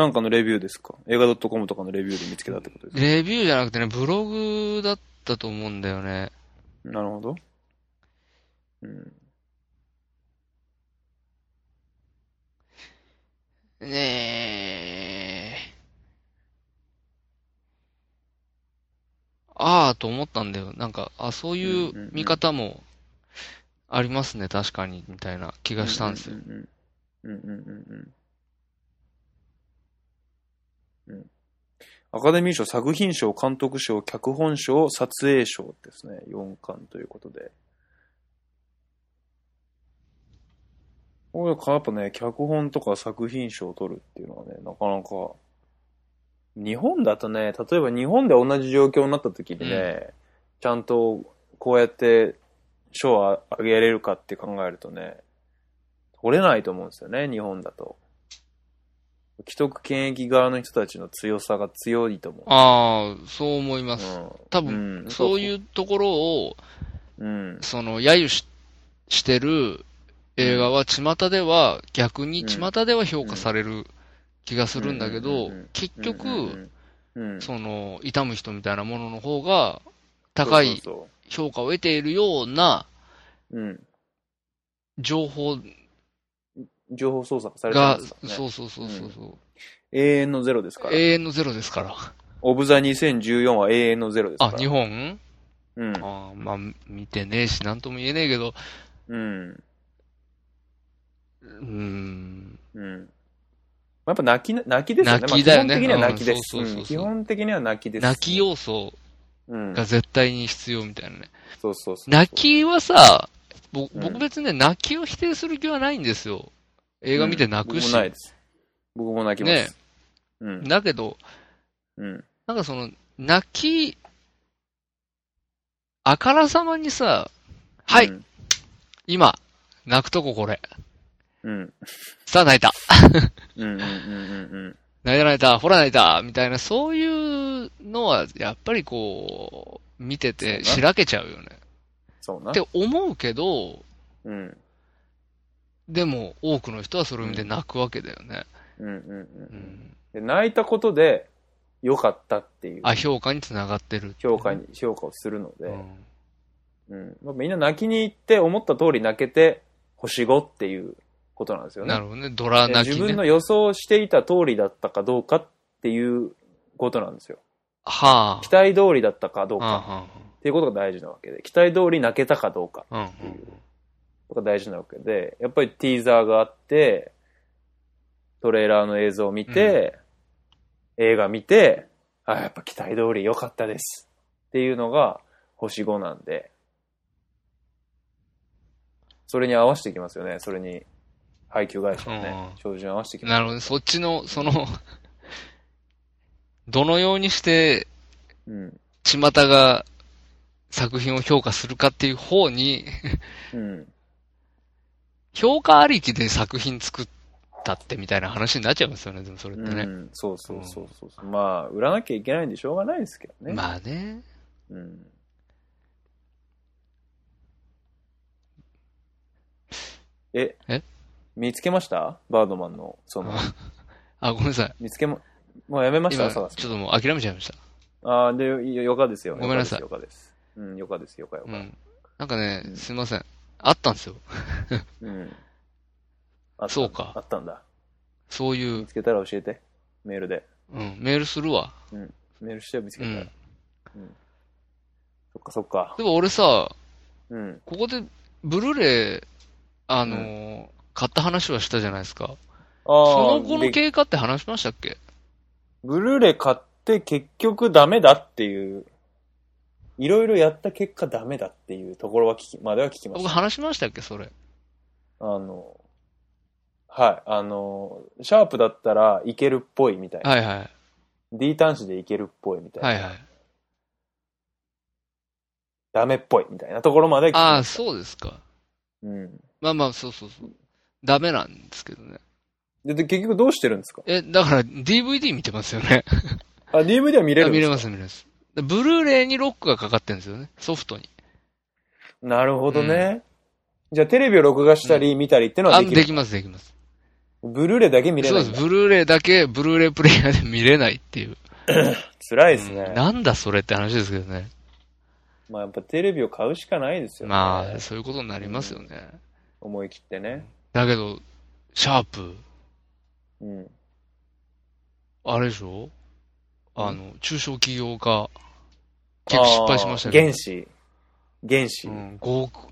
[SPEAKER 2] なんかのレビューですか映画 .com とかのレビューで見つけたってことですか
[SPEAKER 3] レビューじゃなくてね、ブログだったと思うんだよね。
[SPEAKER 2] なるほど。うん。
[SPEAKER 3] ねえ。ああ、と思ったんだよ。なんか、あ、そうい
[SPEAKER 2] んうんう
[SPEAKER 3] うん見方もありますね、確かに、みたいな気がしたんですよ。
[SPEAKER 2] うんうんうんうんうんうん。うん。アカデミー賞、作品賞、監督賞、脚本賞、撮影賞ですね。4巻ということで。これやっぱね、脚本とか作品賞を取るっていうのはね、なかなか。日本だとね、例えば日本で同じ状況になった時にね、ちゃんとこうやって賞をあげられるかって考えるとね、取れないと思うんですよね、日本だと。既得権益側の人たちの強さが強いと思う。
[SPEAKER 3] ああ、そう思います。
[SPEAKER 2] うん、
[SPEAKER 3] 多分、
[SPEAKER 2] うん
[SPEAKER 3] そういうところを、
[SPEAKER 2] うん。
[SPEAKER 3] その、揶揄し、してる映画は、巷では、逆に
[SPEAKER 2] うん
[SPEAKER 3] 巷では評価される気がするんだけ
[SPEAKER 2] う
[SPEAKER 3] ど
[SPEAKER 2] んうんうん、
[SPEAKER 3] 結局、
[SPEAKER 2] うんうんうん、
[SPEAKER 3] その、痛む人みたいなものの方が、高
[SPEAKER 2] そう
[SPEAKER 3] い
[SPEAKER 2] そう
[SPEAKER 3] 評価を得ているような
[SPEAKER 2] そううん。
[SPEAKER 3] 情報
[SPEAKER 2] 情報操作されて
[SPEAKER 3] が、
[SPEAKER 2] ますからね。
[SPEAKER 3] そうそうそうそうそう、
[SPEAKER 2] 永遠のゼロですから。
[SPEAKER 3] 永遠のゼロですから。
[SPEAKER 2] オブザ2014は永遠のゼロですから。
[SPEAKER 3] あ、日本
[SPEAKER 2] うん。
[SPEAKER 3] あーまあ、見てねえし、なんとも言えねえけど、
[SPEAKER 2] うん。
[SPEAKER 3] うーん、
[SPEAKER 2] うん。やっぱ泣きな、泣きですよね。
[SPEAKER 3] 泣きだよ
[SPEAKER 2] ま
[SPEAKER 3] ね
[SPEAKER 2] あ基本的には泣きです。
[SPEAKER 3] う
[SPEAKER 2] うん
[SPEAKER 3] そうそうそうん
[SPEAKER 2] 基本的には泣きです。
[SPEAKER 3] 泣き要素
[SPEAKER 2] うん。
[SPEAKER 3] が絶対に必要みたいなね。
[SPEAKER 2] そうそうそう。
[SPEAKER 3] 泣きはさ、ぼ
[SPEAKER 2] うん
[SPEAKER 3] 僕別にね、泣きを否定する気はないんですよ。映画見て泣く
[SPEAKER 2] うん僕
[SPEAKER 3] し。
[SPEAKER 2] もないです。僕も泣きます。
[SPEAKER 3] ね
[SPEAKER 2] うん。
[SPEAKER 3] だけど、
[SPEAKER 2] うん。
[SPEAKER 3] なんかその、泣き、あからさまにさ、はい、
[SPEAKER 2] うん。
[SPEAKER 3] 今、泣くとここれ。
[SPEAKER 2] うん。
[SPEAKER 3] さあ泣いた。
[SPEAKER 2] うん。うん。うん。
[SPEAKER 3] 泣いた泣いた、ほら泣いた、みたいな、そういうのは、やっぱりこう、見て
[SPEAKER 2] そ
[SPEAKER 3] て、
[SPEAKER 2] うな
[SPEAKER 3] しらけちゃうよね。
[SPEAKER 2] そうな
[SPEAKER 3] っ。て思うけど、
[SPEAKER 2] うん。
[SPEAKER 3] でも、多くの人はそれを見て泣くわけだよね。
[SPEAKER 2] うん。うん。う。
[SPEAKER 3] うんん。
[SPEAKER 2] で泣いたことで、良かったっていう
[SPEAKER 3] あ、評価につながってる。
[SPEAKER 2] 評価に、評価をするので、
[SPEAKER 3] うん。
[SPEAKER 2] うん。まあみんな泣きに行って、思った通り泣けて、星5っていうことなんですよね。
[SPEAKER 3] なるほどね。ドラ
[SPEAKER 2] で
[SPEAKER 3] 泣
[SPEAKER 2] 自
[SPEAKER 3] き
[SPEAKER 2] 分の
[SPEAKER 3] ね。
[SPEAKER 2] 予想していた通りだったかどうかっていうことなんですよ。
[SPEAKER 3] はあ
[SPEAKER 2] 期。待通りだったかどう
[SPEAKER 3] はあ
[SPEAKER 2] か
[SPEAKER 3] は
[SPEAKER 2] っていうことが大事なわけで、期待通り泣けたかどうか
[SPEAKER 3] あはあ。
[SPEAKER 2] て
[SPEAKER 3] うん
[SPEAKER 2] いう
[SPEAKER 3] うん。
[SPEAKER 2] とか大事なわけで、やっぱりティーザーがあって、トレーラーの映像を見て、映画見て、あ、やっぱ期待通り良かったですっていうのが星5なんで、それに合わせていきますよね、それに。配給会社のね
[SPEAKER 3] うん、
[SPEAKER 2] 照準合わせてき
[SPEAKER 3] なるほどね。そっちの、その、 *laughs* どのようにして、
[SPEAKER 2] うん。
[SPEAKER 3] 巷が作品を評価するかっていう方に、
[SPEAKER 2] うん。
[SPEAKER 3] 評価ありきで作品作ったってみたいな話になっちゃいますよね、でもそれっ
[SPEAKER 2] う
[SPEAKER 3] てね。
[SPEAKER 2] ん。そうそうそうそうそう。まあ、売らなきゃいけないんでしょうがないですけどね。
[SPEAKER 3] まあね。
[SPEAKER 2] うん。え
[SPEAKER 3] え
[SPEAKER 2] 見つけましたバードマンの、その、
[SPEAKER 3] あ、ごめんなさい。
[SPEAKER 2] 見つけも、もうやめました
[SPEAKER 3] 今、ち
[SPEAKER 2] 探
[SPEAKER 3] ょ
[SPEAKER 2] す
[SPEAKER 3] っ。ともう諦めちゃいました。
[SPEAKER 2] ああ、で、よよかですよ。
[SPEAKER 3] ごめんなさい
[SPEAKER 2] よかです。よかですうん、よかです、よかよ
[SPEAKER 3] う
[SPEAKER 2] か。
[SPEAKER 3] ん。なんかね
[SPEAKER 2] う、ん
[SPEAKER 3] すいません。あったんですよ。
[SPEAKER 2] うん。あった
[SPEAKER 3] そうか
[SPEAKER 2] あったんだ。
[SPEAKER 3] そうい
[SPEAKER 2] 見
[SPEAKER 3] う、
[SPEAKER 2] つけたら教えて。メールで。
[SPEAKER 3] うん、メールするわ。
[SPEAKER 2] メールしてよ見つけ
[SPEAKER 3] う
[SPEAKER 2] たら。
[SPEAKER 3] ん。
[SPEAKER 2] そっかそっか。
[SPEAKER 3] でも俺さ、
[SPEAKER 2] うん。
[SPEAKER 3] ここで、ブルーレイ、あのー買った話はしたじゃないですか。
[SPEAKER 2] あー
[SPEAKER 3] その後の
[SPEAKER 2] で
[SPEAKER 3] 経過って話しましたっけ
[SPEAKER 2] ブルーレイ買って結局ダメだっていう、いろいろやった結果ダメだっていうところは聞き、までは聞きま
[SPEAKER 3] 僕
[SPEAKER 2] した。
[SPEAKER 3] 話しましたっけそれ。
[SPEAKER 2] あの、はい、あの、シャープだったらいけるっぽいみたいな。
[SPEAKER 3] はいはい。
[SPEAKER 2] D 端子でいけるっぽいみたいな。
[SPEAKER 3] はいはい。
[SPEAKER 2] ダメっぽいみたいなところまで聞き
[SPEAKER 3] あ
[SPEAKER 2] ま
[SPEAKER 3] あ、
[SPEAKER 2] した。
[SPEAKER 3] そうですか。
[SPEAKER 2] うん。
[SPEAKER 3] まあまあ、そうそうそう。ダメなんですけどね。
[SPEAKER 2] で、で結局どうしてるんですか
[SPEAKER 3] え、だから DVD 見てますよね。
[SPEAKER 2] あ、DVD は見れる
[SPEAKER 3] あ
[SPEAKER 2] んで
[SPEAKER 3] 見
[SPEAKER 2] す
[SPEAKER 3] れ
[SPEAKER 2] か
[SPEAKER 3] ます見れます。でブルーレイにロックがかかってるんですよね。ソフトに。
[SPEAKER 2] なるほどね。じゃあテレビを録画したり見たりってのは
[SPEAKER 3] あ、
[SPEAKER 2] できる、
[SPEAKER 3] できますできます。
[SPEAKER 2] ブルーレイだけ見れ
[SPEAKER 3] そ
[SPEAKER 2] な
[SPEAKER 3] う
[SPEAKER 2] い
[SPEAKER 3] で
[SPEAKER 2] ん
[SPEAKER 3] す。
[SPEAKER 2] だ。
[SPEAKER 3] ブルーレイだけ、ブルーレイプレイヤーで見れないっていう。
[SPEAKER 2] 辛いですね。
[SPEAKER 3] うんなんだそれって話ですけどね。
[SPEAKER 2] まあやっぱテレビを買うしかないですよね。
[SPEAKER 3] まあ、そういうことになりますよね。
[SPEAKER 2] 思い切ってね。
[SPEAKER 3] だけど、シャープ、
[SPEAKER 2] うん。
[SPEAKER 3] あれでしょあの、中小企業家、
[SPEAKER 2] 結
[SPEAKER 3] 結構失敗しましたよね。
[SPEAKER 2] 原資。原資。
[SPEAKER 3] う
[SPEAKER 2] うん。
[SPEAKER 3] ん、5億、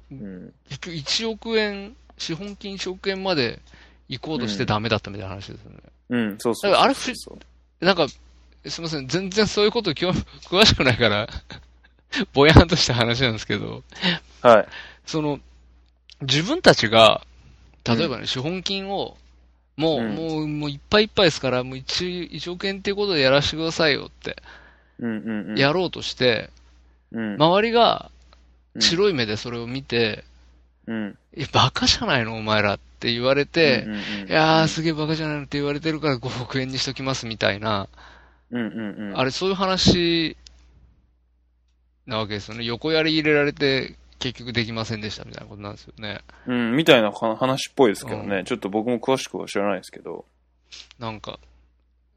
[SPEAKER 3] 結局1億円、資本金1億円まで行こうとしてダメだったみたいな話ですよね。
[SPEAKER 2] うん、そうそうそうそう。
[SPEAKER 3] だからあれ不なんか、すみません、全然そういうこと興味 *laughs* 詳しくないから、ぼやんとした話なんですけど、
[SPEAKER 2] はい。
[SPEAKER 3] その、自分たちが、例えばね、資本金を、もう、
[SPEAKER 2] うん
[SPEAKER 3] もう、もういっぱいいっぱいですから、もう 1, 億円っていうことでやらせてくださいよって、
[SPEAKER 2] うんうんうん。
[SPEAKER 3] やろうとして、
[SPEAKER 2] うん、
[SPEAKER 3] 周りが
[SPEAKER 2] うん
[SPEAKER 3] 白い目でそれを見て、
[SPEAKER 2] うん。
[SPEAKER 3] え、バカじゃないのお前らって言われて
[SPEAKER 2] う、んうんうん、
[SPEAKER 3] いやー、すげえバカじゃないのって言われてるから5億円にしときますみたいな、
[SPEAKER 2] うんうんうん。
[SPEAKER 3] あれそういう話なわけですよね。横やり入れられて結局できませんでしたみたいなことなんですよね。
[SPEAKER 2] うん、みたいなか話っぽいですけどね、ちょっと僕も詳しくは知らないですけど。
[SPEAKER 3] なんか、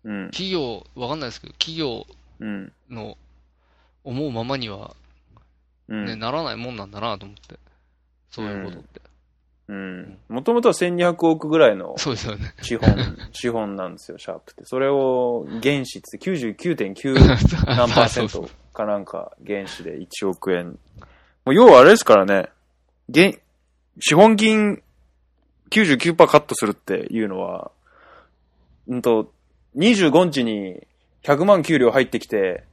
[SPEAKER 2] うん。
[SPEAKER 3] 企業、わかんないですけど、企業
[SPEAKER 2] うん。
[SPEAKER 3] の思うままには、
[SPEAKER 2] う
[SPEAKER 3] ね、
[SPEAKER 2] ん。
[SPEAKER 3] ならないもんなんだなと思って。そういうことって。
[SPEAKER 2] うん。もともとは1200億ぐらいの
[SPEAKER 3] そうですよね。
[SPEAKER 2] 資本、
[SPEAKER 3] *laughs*
[SPEAKER 2] 資本なんですよ、シャープって。それを原資って99.9
[SPEAKER 3] *laughs*
[SPEAKER 2] 何パーセン
[SPEAKER 3] そう
[SPEAKER 2] トかなんか原資で1億円。もう要はあれですからね、現資本金99%カットするっていうのは、うんと、25日に100万給料入ってきて、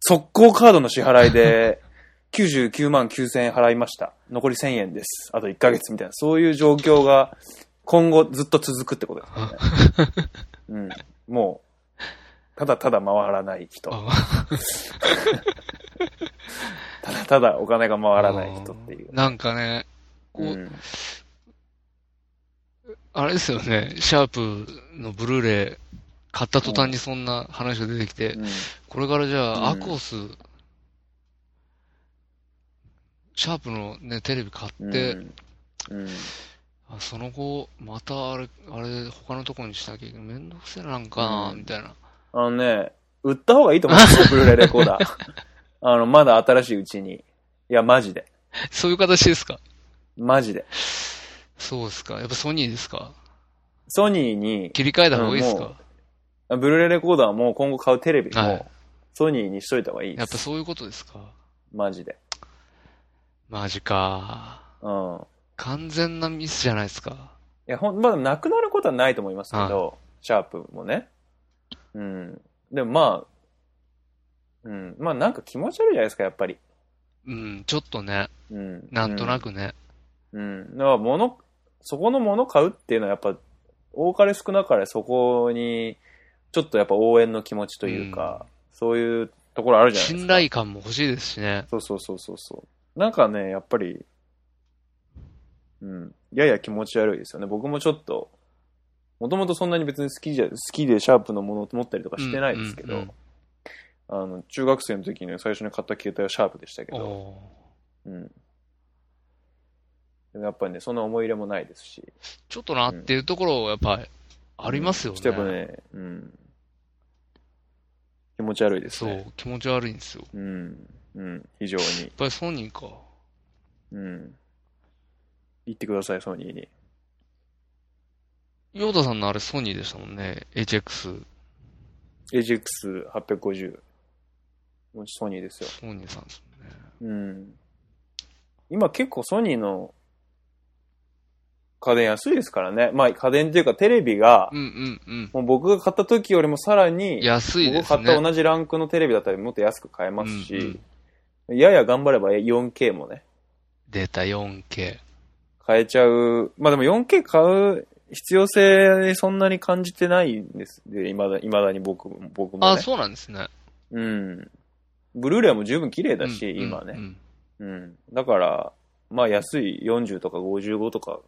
[SPEAKER 2] 速攻カードの支払い
[SPEAKER 3] *laughs*
[SPEAKER 2] で99万9000円払いました。残り1000円です。あと1ヶ月みたいな、そういう状況が今後ずっと続くってことですね。うん。もう、ただただ回らない人。
[SPEAKER 3] あ
[SPEAKER 2] ただただお金が回らない人っていう。
[SPEAKER 3] なんかね、こう
[SPEAKER 2] うん
[SPEAKER 3] あれですよね、シャープのブルーレイ買った途端にそんな話が出てきて、これからじゃあ、ア
[SPEAKER 2] うん
[SPEAKER 3] クオス、シャープのね、テレビ買って、
[SPEAKER 2] うんうん
[SPEAKER 3] あその後、またあれ、あれ、他のとこにしなきゃいけない。めんどくせえなんかな、
[SPEAKER 2] うん
[SPEAKER 3] みたいな。
[SPEAKER 2] あのね、売った方がいいと
[SPEAKER 3] *laughs*
[SPEAKER 2] 思うんですよ、ブルーレイレコーダー。あの、まだ新しいうちに。いや、マジで。
[SPEAKER 3] そういう形ですか
[SPEAKER 2] マジで。
[SPEAKER 3] そうですか。やっぱソニーですか
[SPEAKER 2] ソニーに、
[SPEAKER 3] 切り替えた方がいいです
[SPEAKER 2] うん
[SPEAKER 3] か
[SPEAKER 2] ブルーレイレコーダーも今後買うテレビも、
[SPEAKER 3] はい
[SPEAKER 2] ソニーにしといた方がいい
[SPEAKER 3] や
[SPEAKER 2] で
[SPEAKER 3] っぱ
[SPEAKER 2] す。
[SPEAKER 3] そういうことですか
[SPEAKER 2] マジで。
[SPEAKER 3] マジか。
[SPEAKER 2] うん。
[SPEAKER 3] 完全なミスじゃないですか。
[SPEAKER 2] いや、ほん、まだなくなることはないと思いますけど、シャープもね。うん。でもまあ、うん。まあなんか気持ち悪いじゃないですか、やっぱり。
[SPEAKER 3] うん、ちょっとね、
[SPEAKER 2] うん。
[SPEAKER 3] なんとなくね。
[SPEAKER 2] うん。だから物、そこのもの買うっていうのはやっぱ、多かれ少なかれそこに、ちょっとやっぱ応援の気持ちというか、そういうところあるじゃないですか。
[SPEAKER 3] 信頼感も欲しいですしね。
[SPEAKER 2] そうそうそうそうそう。なんかね、やっぱり、うん、やや気持ち悪いですよね。僕もちょっと、もともとそんなに別に好きじゃ、好きでシャープのものを持ったりとかしてないですけど、
[SPEAKER 3] うんうん
[SPEAKER 2] あの、中学生の時に最初に買った携帯はシャープでしたけ
[SPEAKER 3] うん
[SPEAKER 2] ど、
[SPEAKER 3] おー
[SPEAKER 2] うん。でもやっぱりね、そんな思い入れもないですし、
[SPEAKER 3] ちょっとなっていうところやっぱりありますよね。
[SPEAKER 2] ちょっとやっぱね、うん。気持ち悪いです
[SPEAKER 3] そ
[SPEAKER 2] ね。
[SPEAKER 3] う、気持ち悪いんですよ。やっ
[SPEAKER 2] うん。うん。非常に。
[SPEAKER 3] ぱりソニーか。
[SPEAKER 2] うん。言ってください、ソニーに。
[SPEAKER 3] ヨーダさんのあれソニーでしたもんね。HX、
[SPEAKER 2] AGX850。もうソニーですよ。
[SPEAKER 3] ソニーさんですもんね。
[SPEAKER 2] うん。今結構ソニーの家電安いですからね。まあ家電っていうかテレビが
[SPEAKER 3] う、んうん
[SPEAKER 2] もう僕が買った時よりもさら
[SPEAKER 3] うん。
[SPEAKER 2] に、
[SPEAKER 3] 安いで
[SPEAKER 2] 僕
[SPEAKER 3] す
[SPEAKER 2] が買った
[SPEAKER 3] ね。
[SPEAKER 2] 同じランクのテレビだったらもっと安く買えますし
[SPEAKER 3] う、
[SPEAKER 2] やや頑張れば 4K もね、
[SPEAKER 3] 出た 4K。
[SPEAKER 2] 買えちゃう。まあでも 4K 買う必要性そんなに感じてないんです。で、未だ未だに僕も、僕も
[SPEAKER 3] あ、
[SPEAKER 2] ね。
[SPEAKER 3] そうなんですね。
[SPEAKER 2] うん。ブルーレイも十分綺麗だし、
[SPEAKER 3] うん
[SPEAKER 2] 今ね。
[SPEAKER 3] うんうん
[SPEAKER 2] うん。だから、まあ安い40とか55とか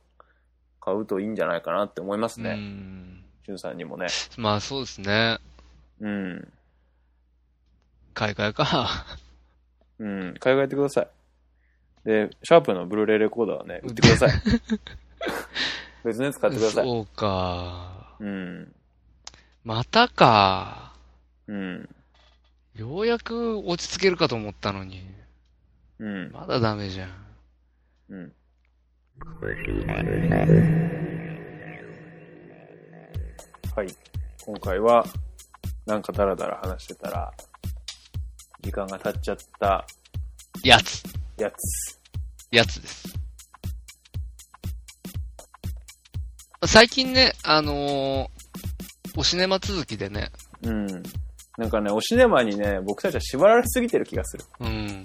[SPEAKER 2] 買うといいんじゃないかなって思います
[SPEAKER 3] う
[SPEAKER 2] ね。
[SPEAKER 3] ん。
[SPEAKER 2] しゅんさんにもね。
[SPEAKER 3] まあそうですね。
[SPEAKER 2] うん。
[SPEAKER 3] 買い替えか。
[SPEAKER 2] うん。買い替えてください。で、シャープのブルーレイレコーダーはね、売ってくださ
[SPEAKER 3] *laughs*
[SPEAKER 2] い。別のやつ買ってください。
[SPEAKER 3] そうか。
[SPEAKER 2] うん。
[SPEAKER 3] またか。
[SPEAKER 2] うん。
[SPEAKER 3] ようやく落ち着けるかと思ったのに。
[SPEAKER 2] うん。
[SPEAKER 3] まだダメじゃん。
[SPEAKER 2] うん。はい。今回は、なんかダラダラ話してたら、時間が経っちゃった
[SPEAKER 3] やつ。
[SPEAKER 2] やつ。
[SPEAKER 3] やつです。最近ね、あのー、おシネマ続きでね、
[SPEAKER 2] うん。なんかね、おシネマにね、僕たちは縛られすぎてる気がする。
[SPEAKER 3] うん。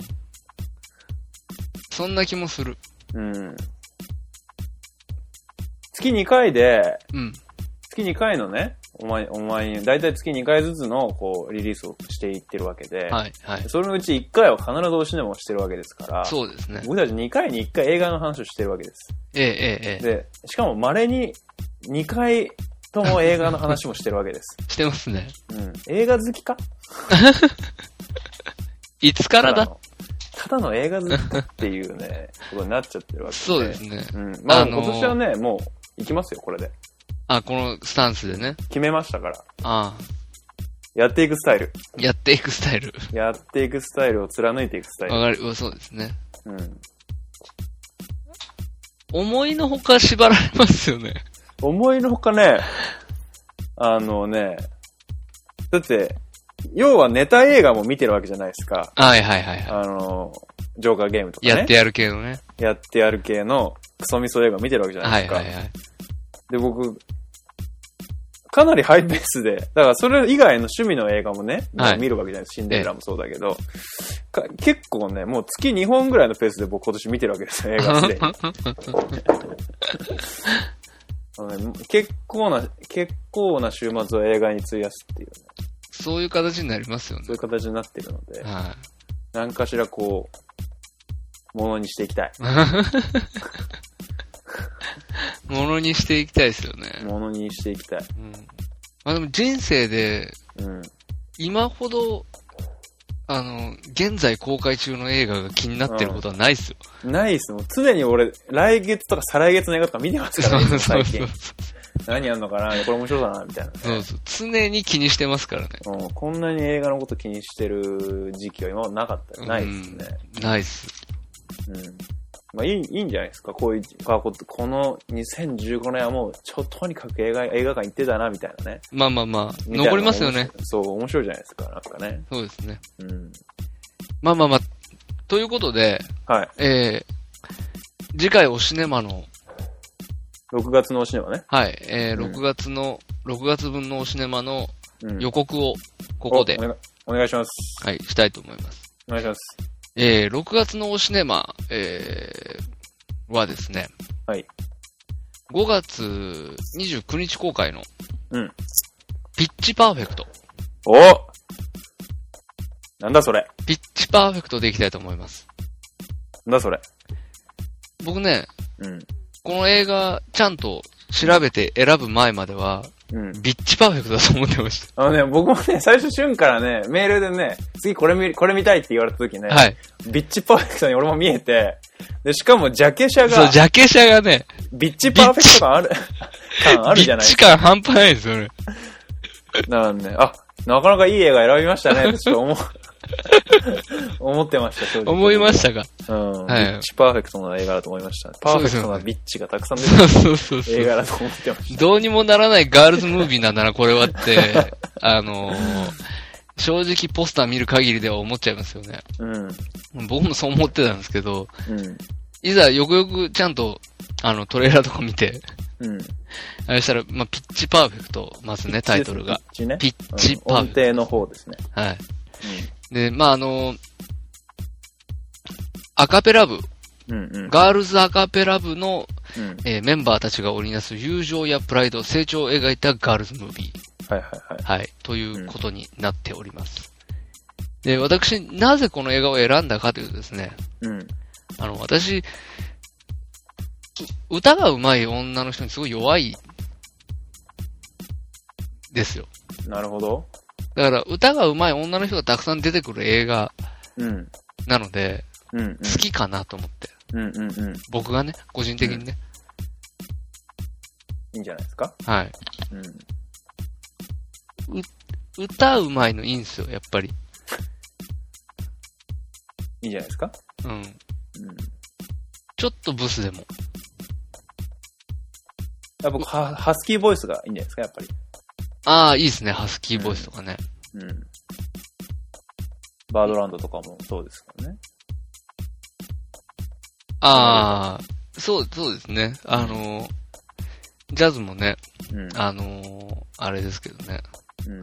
[SPEAKER 3] そんな気もする。
[SPEAKER 2] うん。月2回で、
[SPEAKER 3] うん。
[SPEAKER 2] 月2回のね、お前、お前に、だいたい月2回ずつの、こう、リリースをしていってるわけで、
[SPEAKER 3] はい、はい。
[SPEAKER 2] そのうち1回は必ずおシネマをしてるわけですから、
[SPEAKER 3] そうですね。
[SPEAKER 2] 僕たち2回に1回映画の話をしてるわけです。
[SPEAKER 3] ええ、ええ、え
[SPEAKER 2] で、しかも稀に2回とも映画の話もしてるわけ
[SPEAKER 3] *laughs*
[SPEAKER 2] です。
[SPEAKER 3] え。してますね。
[SPEAKER 2] うん。映画好きか
[SPEAKER 3] いつからだ
[SPEAKER 2] のただの映画好きかっていう
[SPEAKER 3] *laughs*
[SPEAKER 2] ね、ことになっちゃってるわけで。
[SPEAKER 3] そうですね。
[SPEAKER 2] うん。まあ、
[SPEAKER 3] あのー
[SPEAKER 2] 今年はね、もう、行きますよ、これで。
[SPEAKER 3] あ、このスタンスでね。
[SPEAKER 2] 決めましたから。
[SPEAKER 3] あ
[SPEAKER 2] やっていくスタイル。
[SPEAKER 3] あやっていくスタイル。
[SPEAKER 2] やっていくスタイルを貫いていくスタイ
[SPEAKER 3] わ
[SPEAKER 2] ル。
[SPEAKER 3] かる、うんそうですね。
[SPEAKER 2] うん。
[SPEAKER 3] 思いのほか縛られますよね。
[SPEAKER 2] 思いのほかね、あのね、だって、要はネタ映画も見てるわけじゃないですか。
[SPEAKER 3] はいはいはいは
[SPEAKER 2] あの、ジョーカーゲームとか
[SPEAKER 3] い。
[SPEAKER 2] ね。
[SPEAKER 3] やってやる系のね。
[SPEAKER 2] やってやる系のクソミソ映画見てるわけじゃな
[SPEAKER 3] はい
[SPEAKER 2] です
[SPEAKER 3] い
[SPEAKER 2] か。
[SPEAKER 3] はい
[SPEAKER 2] *laughs*
[SPEAKER 3] はい。
[SPEAKER 2] で、僕、かなりハイペースで、だからそれ以外の趣味の映画もね、
[SPEAKER 3] はい
[SPEAKER 2] 見るわけじゃないです。シンデレラもそうだけど、か結構ね、もう月2本ぐらいのペースで僕今年見てるわけですよ、映画す
[SPEAKER 3] *laughs*
[SPEAKER 2] でにあのね結構な、結構な週末を映画に費やすっていう、ね、
[SPEAKER 3] そういう形になりますよね
[SPEAKER 2] そうい。う形になってるので、
[SPEAKER 3] は
[SPEAKER 2] 何かしらこう、ものにしていきたい。
[SPEAKER 3] い。 *laughs* ものにしていきたいですよね。
[SPEAKER 2] ものにしていきたい。
[SPEAKER 3] うん。まあでも人生で、
[SPEAKER 2] うん。
[SPEAKER 3] 今ほど、あの、現在公開中の映画が気になってることはないですよ。
[SPEAKER 2] ないっすもん。常に俺、来月とか再来月の映画とか見てますからね、
[SPEAKER 3] そうそ
[SPEAKER 2] 最
[SPEAKER 3] う
[SPEAKER 2] 近
[SPEAKER 3] そう。。
[SPEAKER 2] 何やんのかなこれ面白そうだな、みたいなね、
[SPEAKER 3] そうそう。常に気にしてますからね。
[SPEAKER 2] うん。こんなに映画のこと気にしてる時期は今までなかったよないですね。
[SPEAKER 3] うん。ないっす。
[SPEAKER 2] うん。まあいい、いいんじゃないですか。こういう、あここの2015年はもう、ちょ、とにかく映画、映画館行ってたな、みたいなね。
[SPEAKER 3] まあまあまあ、
[SPEAKER 2] みたいな
[SPEAKER 3] 残りますよね。。
[SPEAKER 2] そう、面白いじゃないですか、なんかね。
[SPEAKER 3] そうですね。
[SPEAKER 2] うん。
[SPEAKER 3] まあまあまあ、ということで、
[SPEAKER 2] はい。
[SPEAKER 3] えー、次回おシネマの、
[SPEAKER 2] 6月のおシネマね。
[SPEAKER 3] はい、えー、
[SPEAKER 2] うん
[SPEAKER 3] 6月の、6月分のおシネマの
[SPEAKER 2] うん。
[SPEAKER 3] 予告を、ここで
[SPEAKER 2] おお、願いお願いします。
[SPEAKER 3] はい、したいと思います。
[SPEAKER 2] お願いします。
[SPEAKER 3] えー、6月のおシネマ、えー、はですね、
[SPEAKER 2] はい。
[SPEAKER 3] 5月29日公開の、
[SPEAKER 2] うん
[SPEAKER 3] ピッチパーフェクト。
[SPEAKER 2] おなんだそれ
[SPEAKER 3] ピッチパーフェクトでいきたいと思います。
[SPEAKER 2] なんだそれ
[SPEAKER 3] 僕ね、
[SPEAKER 2] うん。
[SPEAKER 3] この映画、ちゃんと調べて選ぶ前までは、
[SPEAKER 2] うん。
[SPEAKER 3] ビッチパーフェクトだと思ってまし
[SPEAKER 2] あのね、僕もね、最初旬からね、メールでね、次これ見、これ見たいって言われた時ね、
[SPEAKER 3] た。はい。
[SPEAKER 2] ビッチパーフェクトに俺も見えて、で、しかもジャケ写
[SPEAKER 3] そう、
[SPEAKER 2] が
[SPEAKER 3] ジ、ャケ写がね、
[SPEAKER 2] ビッチパーフェクト感ある、感ある
[SPEAKER 3] ビ
[SPEAKER 2] じゃ
[SPEAKER 3] ッ
[SPEAKER 2] ない
[SPEAKER 3] チ感半端ないですよね。
[SPEAKER 2] なんで、あ、なかなかいい映画選びました
[SPEAKER 3] *laughs*
[SPEAKER 2] ね、ちょっと思う、 *laughs* 思ってました、正直
[SPEAKER 3] 思いました
[SPEAKER 2] *laughs*
[SPEAKER 3] が。
[SPEAKER 2] うん、
[SPEAKER 3] はい
[SPEAKER 2] ビッチパーフェクトな映画だと思いました。パーフェクトなビッチがたくさん出て
[SPEAKER 3] そうそうそうそ
[SPEAKER 2] る映
[SPEAKER 3] う。
[SPEAKER 2] 画だと思ってまし
[SPEAKER 3] どうにもならないガールズムービーなんだな、これはって、あのー正直ポスター見る限りでは思っちゃいますよね。 *laughs*
[SPEAKER 2] た。うん。うん。
[SPEAKER 3] 僕もそう思ってたんですけど、いざよくよくちゃんと、あの、トレーラーとか見て、
[SPEAKER 2] うん。
[SPEAKER 3] あれしたら、まあ、ピッチパーフェクト、まずね、タイトルが。
[SPEAKER 2] ピッチね。
[SPEAKER 3] ピッチパー
[SPEAKER 2] うん音
[SPEAKER 3] フェク
[SPEAKER 2] 程の方ですね。
[SPEAKER 3] ト。はい。で、まあ、あの、アカペラ部、
[SPEAKER 2] うん。うんうん。
[SPEAKER 3] ガールズアカペラ部の、
[SPEAKER 2] うん。
[SPEAKER 3] えーメンバーたちが織りなす友情やプライド、成長を描いたガールズムービー。
[SPEAKER 2] はいはいはい。
[SPEAKER 3] はい。ということになっております。で、私、なぜこの映画を選んだかというとですね、
[SPEAKER 2] うん。
[SPEAKER 3] あの、私、う歌が上手い女の人にすごい弱い、ですよ。
[SPEAKER 2] なるほど。
[SPEAKER 3] だから、歌が上手い女の人がたくさん出てくる映画
[SPEAKER 2] うん。
[SPEAKER 3] なので、
[SPEAKER 2] うんうん。
[SPEAKER 3] 好きかなと思って。
[SPEAKER 2] うんうんうん。い
[SPEAKER 3] 僕がね、個人的にね。
[SPEAKER 2] いんじゃないですか
[SPEAKER 3] はい。
[SPEAKER 2] うん。
[SPEAKER 3] 歌うまいのいいんですよ、やっぱり。
[SPEAKER 2] いいんじゃないですか
[SPEAKER 3] うん。
[SPEAKER 2] うん。
[SPEAKER 3] ちょっとブスでも。
[SPEAKER 2] やっぱハハスキーボイスがいいんじゃないですかやっぱり。
[SPEAKER 3] ああ、いいですね、ハスキーボイスとかね。
[SPEAKER 2] うん。バードランドとかもそうですからね。
[SPEAKER 3] ああ、そう、そうですね。あのー、ジャズもね、
[SPEAKER 2] うん。
[SPEAKER 3] あのー、あれですけどね。
[SPEAKER 2] うん。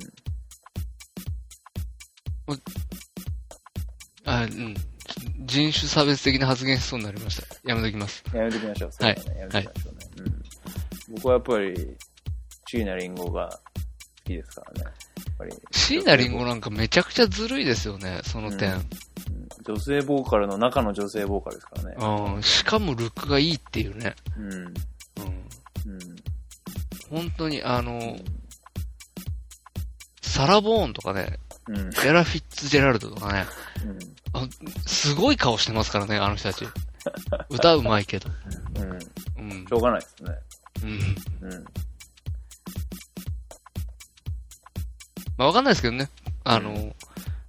[SPEAKER 3] あうん。人種差別的な発言しそうになりました。やめときます。
[SPEAKER 2] やめときましょう。
[SPEAKER 3] はい
[SPEAKER 2] そうだねやめときましょうね。うん。僕はやっぱり、椎名林檎が好きですからね。やっぱり。
[SPEAKER 3] 椎名林檎なんかめちゃくちゃずるいですよね、その点。
[SPEAKER 2] うん女性ボーカルの中の女性ボーカルですからね。
[SPEAKER 3] うん。しかもルックがいいっていうね。
[SPEAKER 2] うん。
[SPEAKER 3] う
[SPEAKER 2] う
[SPEAKER 3] ん。
[SPEAKER 2] ん。
[SPEAKER 3] 本当に、あのー、サラ・ボーンとかね、
[SPEAKER 2] うん。うん。
[SPEAKER 3] エラ・フィッツジェラルドとかね、すごい顔してますからね、あの人たち。歌うまいけど。
[SPEAKER 2] うん。
[SPEAKER 3] うん
[SPEAKER 2] しょ。うがないですね。
[SPEAKER 3] うん。
[SPEAKER 2] うん。
[SPEAKER 3] まあ、わかんないですけどね。あの、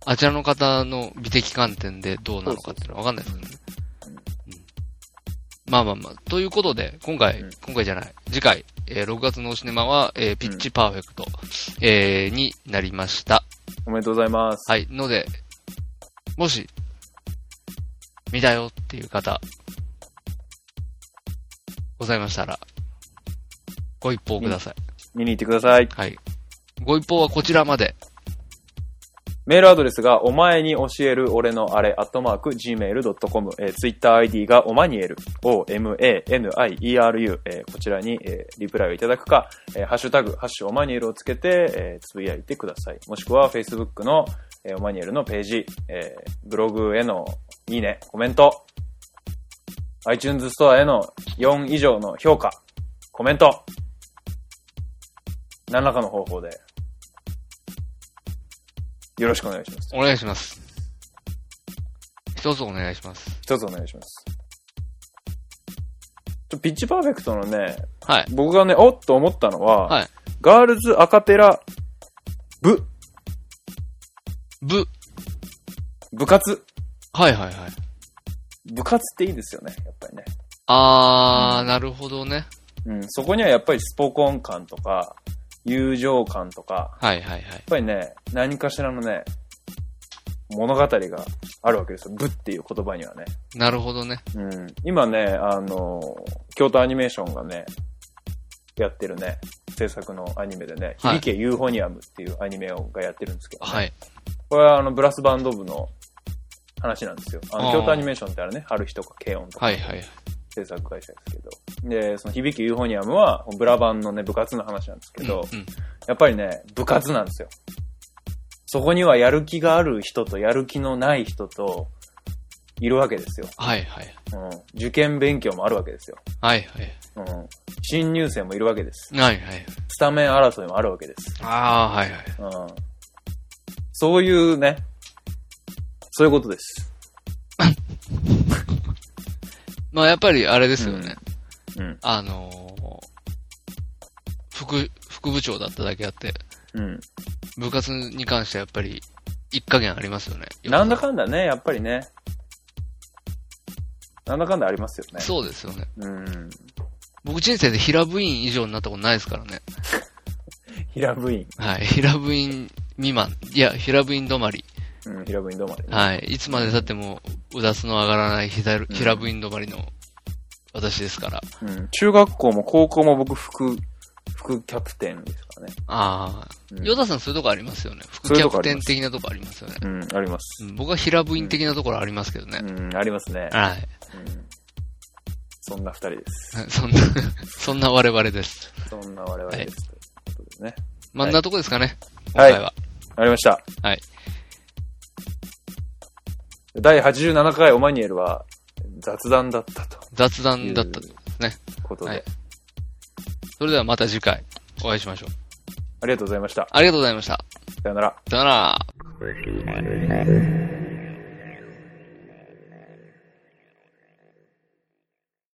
[SPEAKER 3] あちらの方の美的観点でどうなのかっていうのはわかんないですけどね。うんまあまあまあ、ということで、今回、
[SPEAKER 2] うん
[SPEAKER 3] 今回じゃない、次回、えー6月のおシネマは、えーピッチパーフェクト、えーになりました。
[SPEAKER 2] おめでとうございます。
[SPEAKER 3] はい。ので、もし、見たよっていう方、ございましたら、ご一報ください。
[SPEAKER 2] 見に行ってください。
[SPEAKER 3] はい。ご一報はこちらまで。
[SPEAKER 2] メールアドレスが、お前に教える俺のあれ、アットマーク、gmail.com、えー、TwitterID が、おまにえる、o-m-a-n-i-e-r-u、えーこちらに、えーリプライをいただくか、えーハッシュタグ、ハッシュおまにえるをつけて、えーつぶやいてください。もしくは、Facebook の、えーおまにえるのページ、えーブログへの、いいね、コメント、iTunes ストアへの4以上の評価、コメント、何らかの方法で、よろしくお願いします。
[SPEAKER 3] お願いします。一つお願いします。
[SPEAKER 2] 一つお願いします。ちょピッチパーフェクトのね、
[SPEAKER 3] はい。
[SPEAKER 2] 僕がね、おっと思ったのは、
[SPEAKER 3] はい
[SPEAKER 2] ガールズアカペラ部、
[SPEAKER 3] ぶ。
[SPEAKER 2] 部活。
[SPEAKER 3] はいはいはい。
[SPEAKER 2] 部活っていいですよね、やっぱりね。
[SPEAKER 3] あー、なるほどね。
[SPEAKER 2] うん、そこにはやっぱりスポコン感とか、友情感とか、やっ
[SPEAKER 3] はいはいはい。
[SPEAKER 2] ぱりね、何かしらのね、物語があるわけですよ。部っていう言葉にはね。
[SPEAKER 3] なるほどね。
[SPEAKER 2] うん、今ね、あの、京都アニメーションがね、やってるね、制作のアニメでね、
[SPEAKER 3] はい
[SPEAKER 2] 響けユーフォニアムっていうアニメをがやってるんですけど、
[SPEAKER 3] はい。
[SPEAKER 2] これはあの、ブラスバンド部の話なんですよ。あ
[SPEAKER 3] あ
[SPEAKER 2] の、
[SPEAKER 3] ー
[SPEAKER 2] 京都アニメーションってあれね、春日とか軽音とか、
[SPEAKER 3] はいはいはい。
[SPEAKER 2] 制作会社ですけど。で、その響きユーフォニアムは、ブラバンのね、部活の話なんですけど、
[SPEAKER 3] うんうん
[SPEAKER 2] やっぱりね、部活なんですよ。そこにはやる気がある人とやる気のない人と、いるわけですよ、
[SPEAKER 3] はいはい。
[SPEAKER 2] うん。受験勉強もあるわけですよ。
[SPEAKER 3] はいはい。
[SPEAKER 2] うん。新入生もいるわけです。
[SPEAKER 3] はいはい。
[SPEAKER 2] スタメン争いもあるわけです。
[SPEAKER 3] ああ、はいはい。
[SPEAKER 2] うん。そういうね、そういうことです。
[SPEAKER 3] まあやっぱりあれですよね。
[SPEAKER 2] うん。
[SPEAKER 3] あのー副、副部長だっただけあって、
[SPEAKER 2] うん。
[SPEAKER 3] 部活に関してはやっぱり、一加減ありますよね。
[SPEAKER 2] なんだかんだね、やっぱりね。なんだかんだありますよね。
[SPEAKER 3] そうですよね。
[SPEAKER 2] うん。
[SPEAKER 3] 僕人生で平部員以上になったことないですからね。
[SPEAKER 2] 平部員。
[SPEAKER 3] はい。 *laughs* 平部員未満。いや、平部員止まり。
[SPEAKER 2] うん、平部員どうもありがとう
[SPEAKER 3] はい。いつまで経っても、うだつの上がらない平平部員止まりの私ですから。
[SPEAKER 2] うん、中学校も高校も僕副、副キャプテンですからね。
[SPEAKER 3] ああ。
[SPEAKER 2] うん
[SPEAKER 3] ヨダさんそういうとこありますよね。副
[SPEAKER 2] そうい
[SPEAKER 3] キ
[SPEAKER 2] う
[SPEAKER 3] ャ
[SPEAKER 2] とこあり
[SPEAKER 3] プテン
[SPEAKER 2] ます
[SPEAKER 3] 的なとこありますよね。
[SPEAKER 2] うん、あります。
[SPEAKER 3] うん僕は平部員的なところありますけどね。
[SPEAKER 2] うん、ありますね。
[SPEAKER 3] はい。 *laughs*
[SPEAKER 2] うん、そんな二人です。
[SPEAKER 3] そんな、 *laughs* そんな我々です。
[SPEAKER 2] そんな我々です。ということでね。
[SPEAKER 3] まあ、んなとこですかね。
[SPEAKER 2] はい
[SPEAKER 3] 今回は。
[SPEAKER 2] ありました。
[SPEAKER 3] はい。
[SPEAKER 2] 第87回オマニエルは雑談だったと
[SPEAKER 3] 雑
[SPEAKER 2] いう
[SPEAKER 3] 談だったと。ね
[SPEAKER 2] ことで、
[SPEAKER 3] はいそれではまた次回お会いしましょう。
[SPEAKER 2] ありがとうございました。
[SPEAKER 3] ありがとうございました。
[SPEAKER 2] さよなら。
[SPEAKER 3] さよなら。
[SPEAKER 5] Thank you.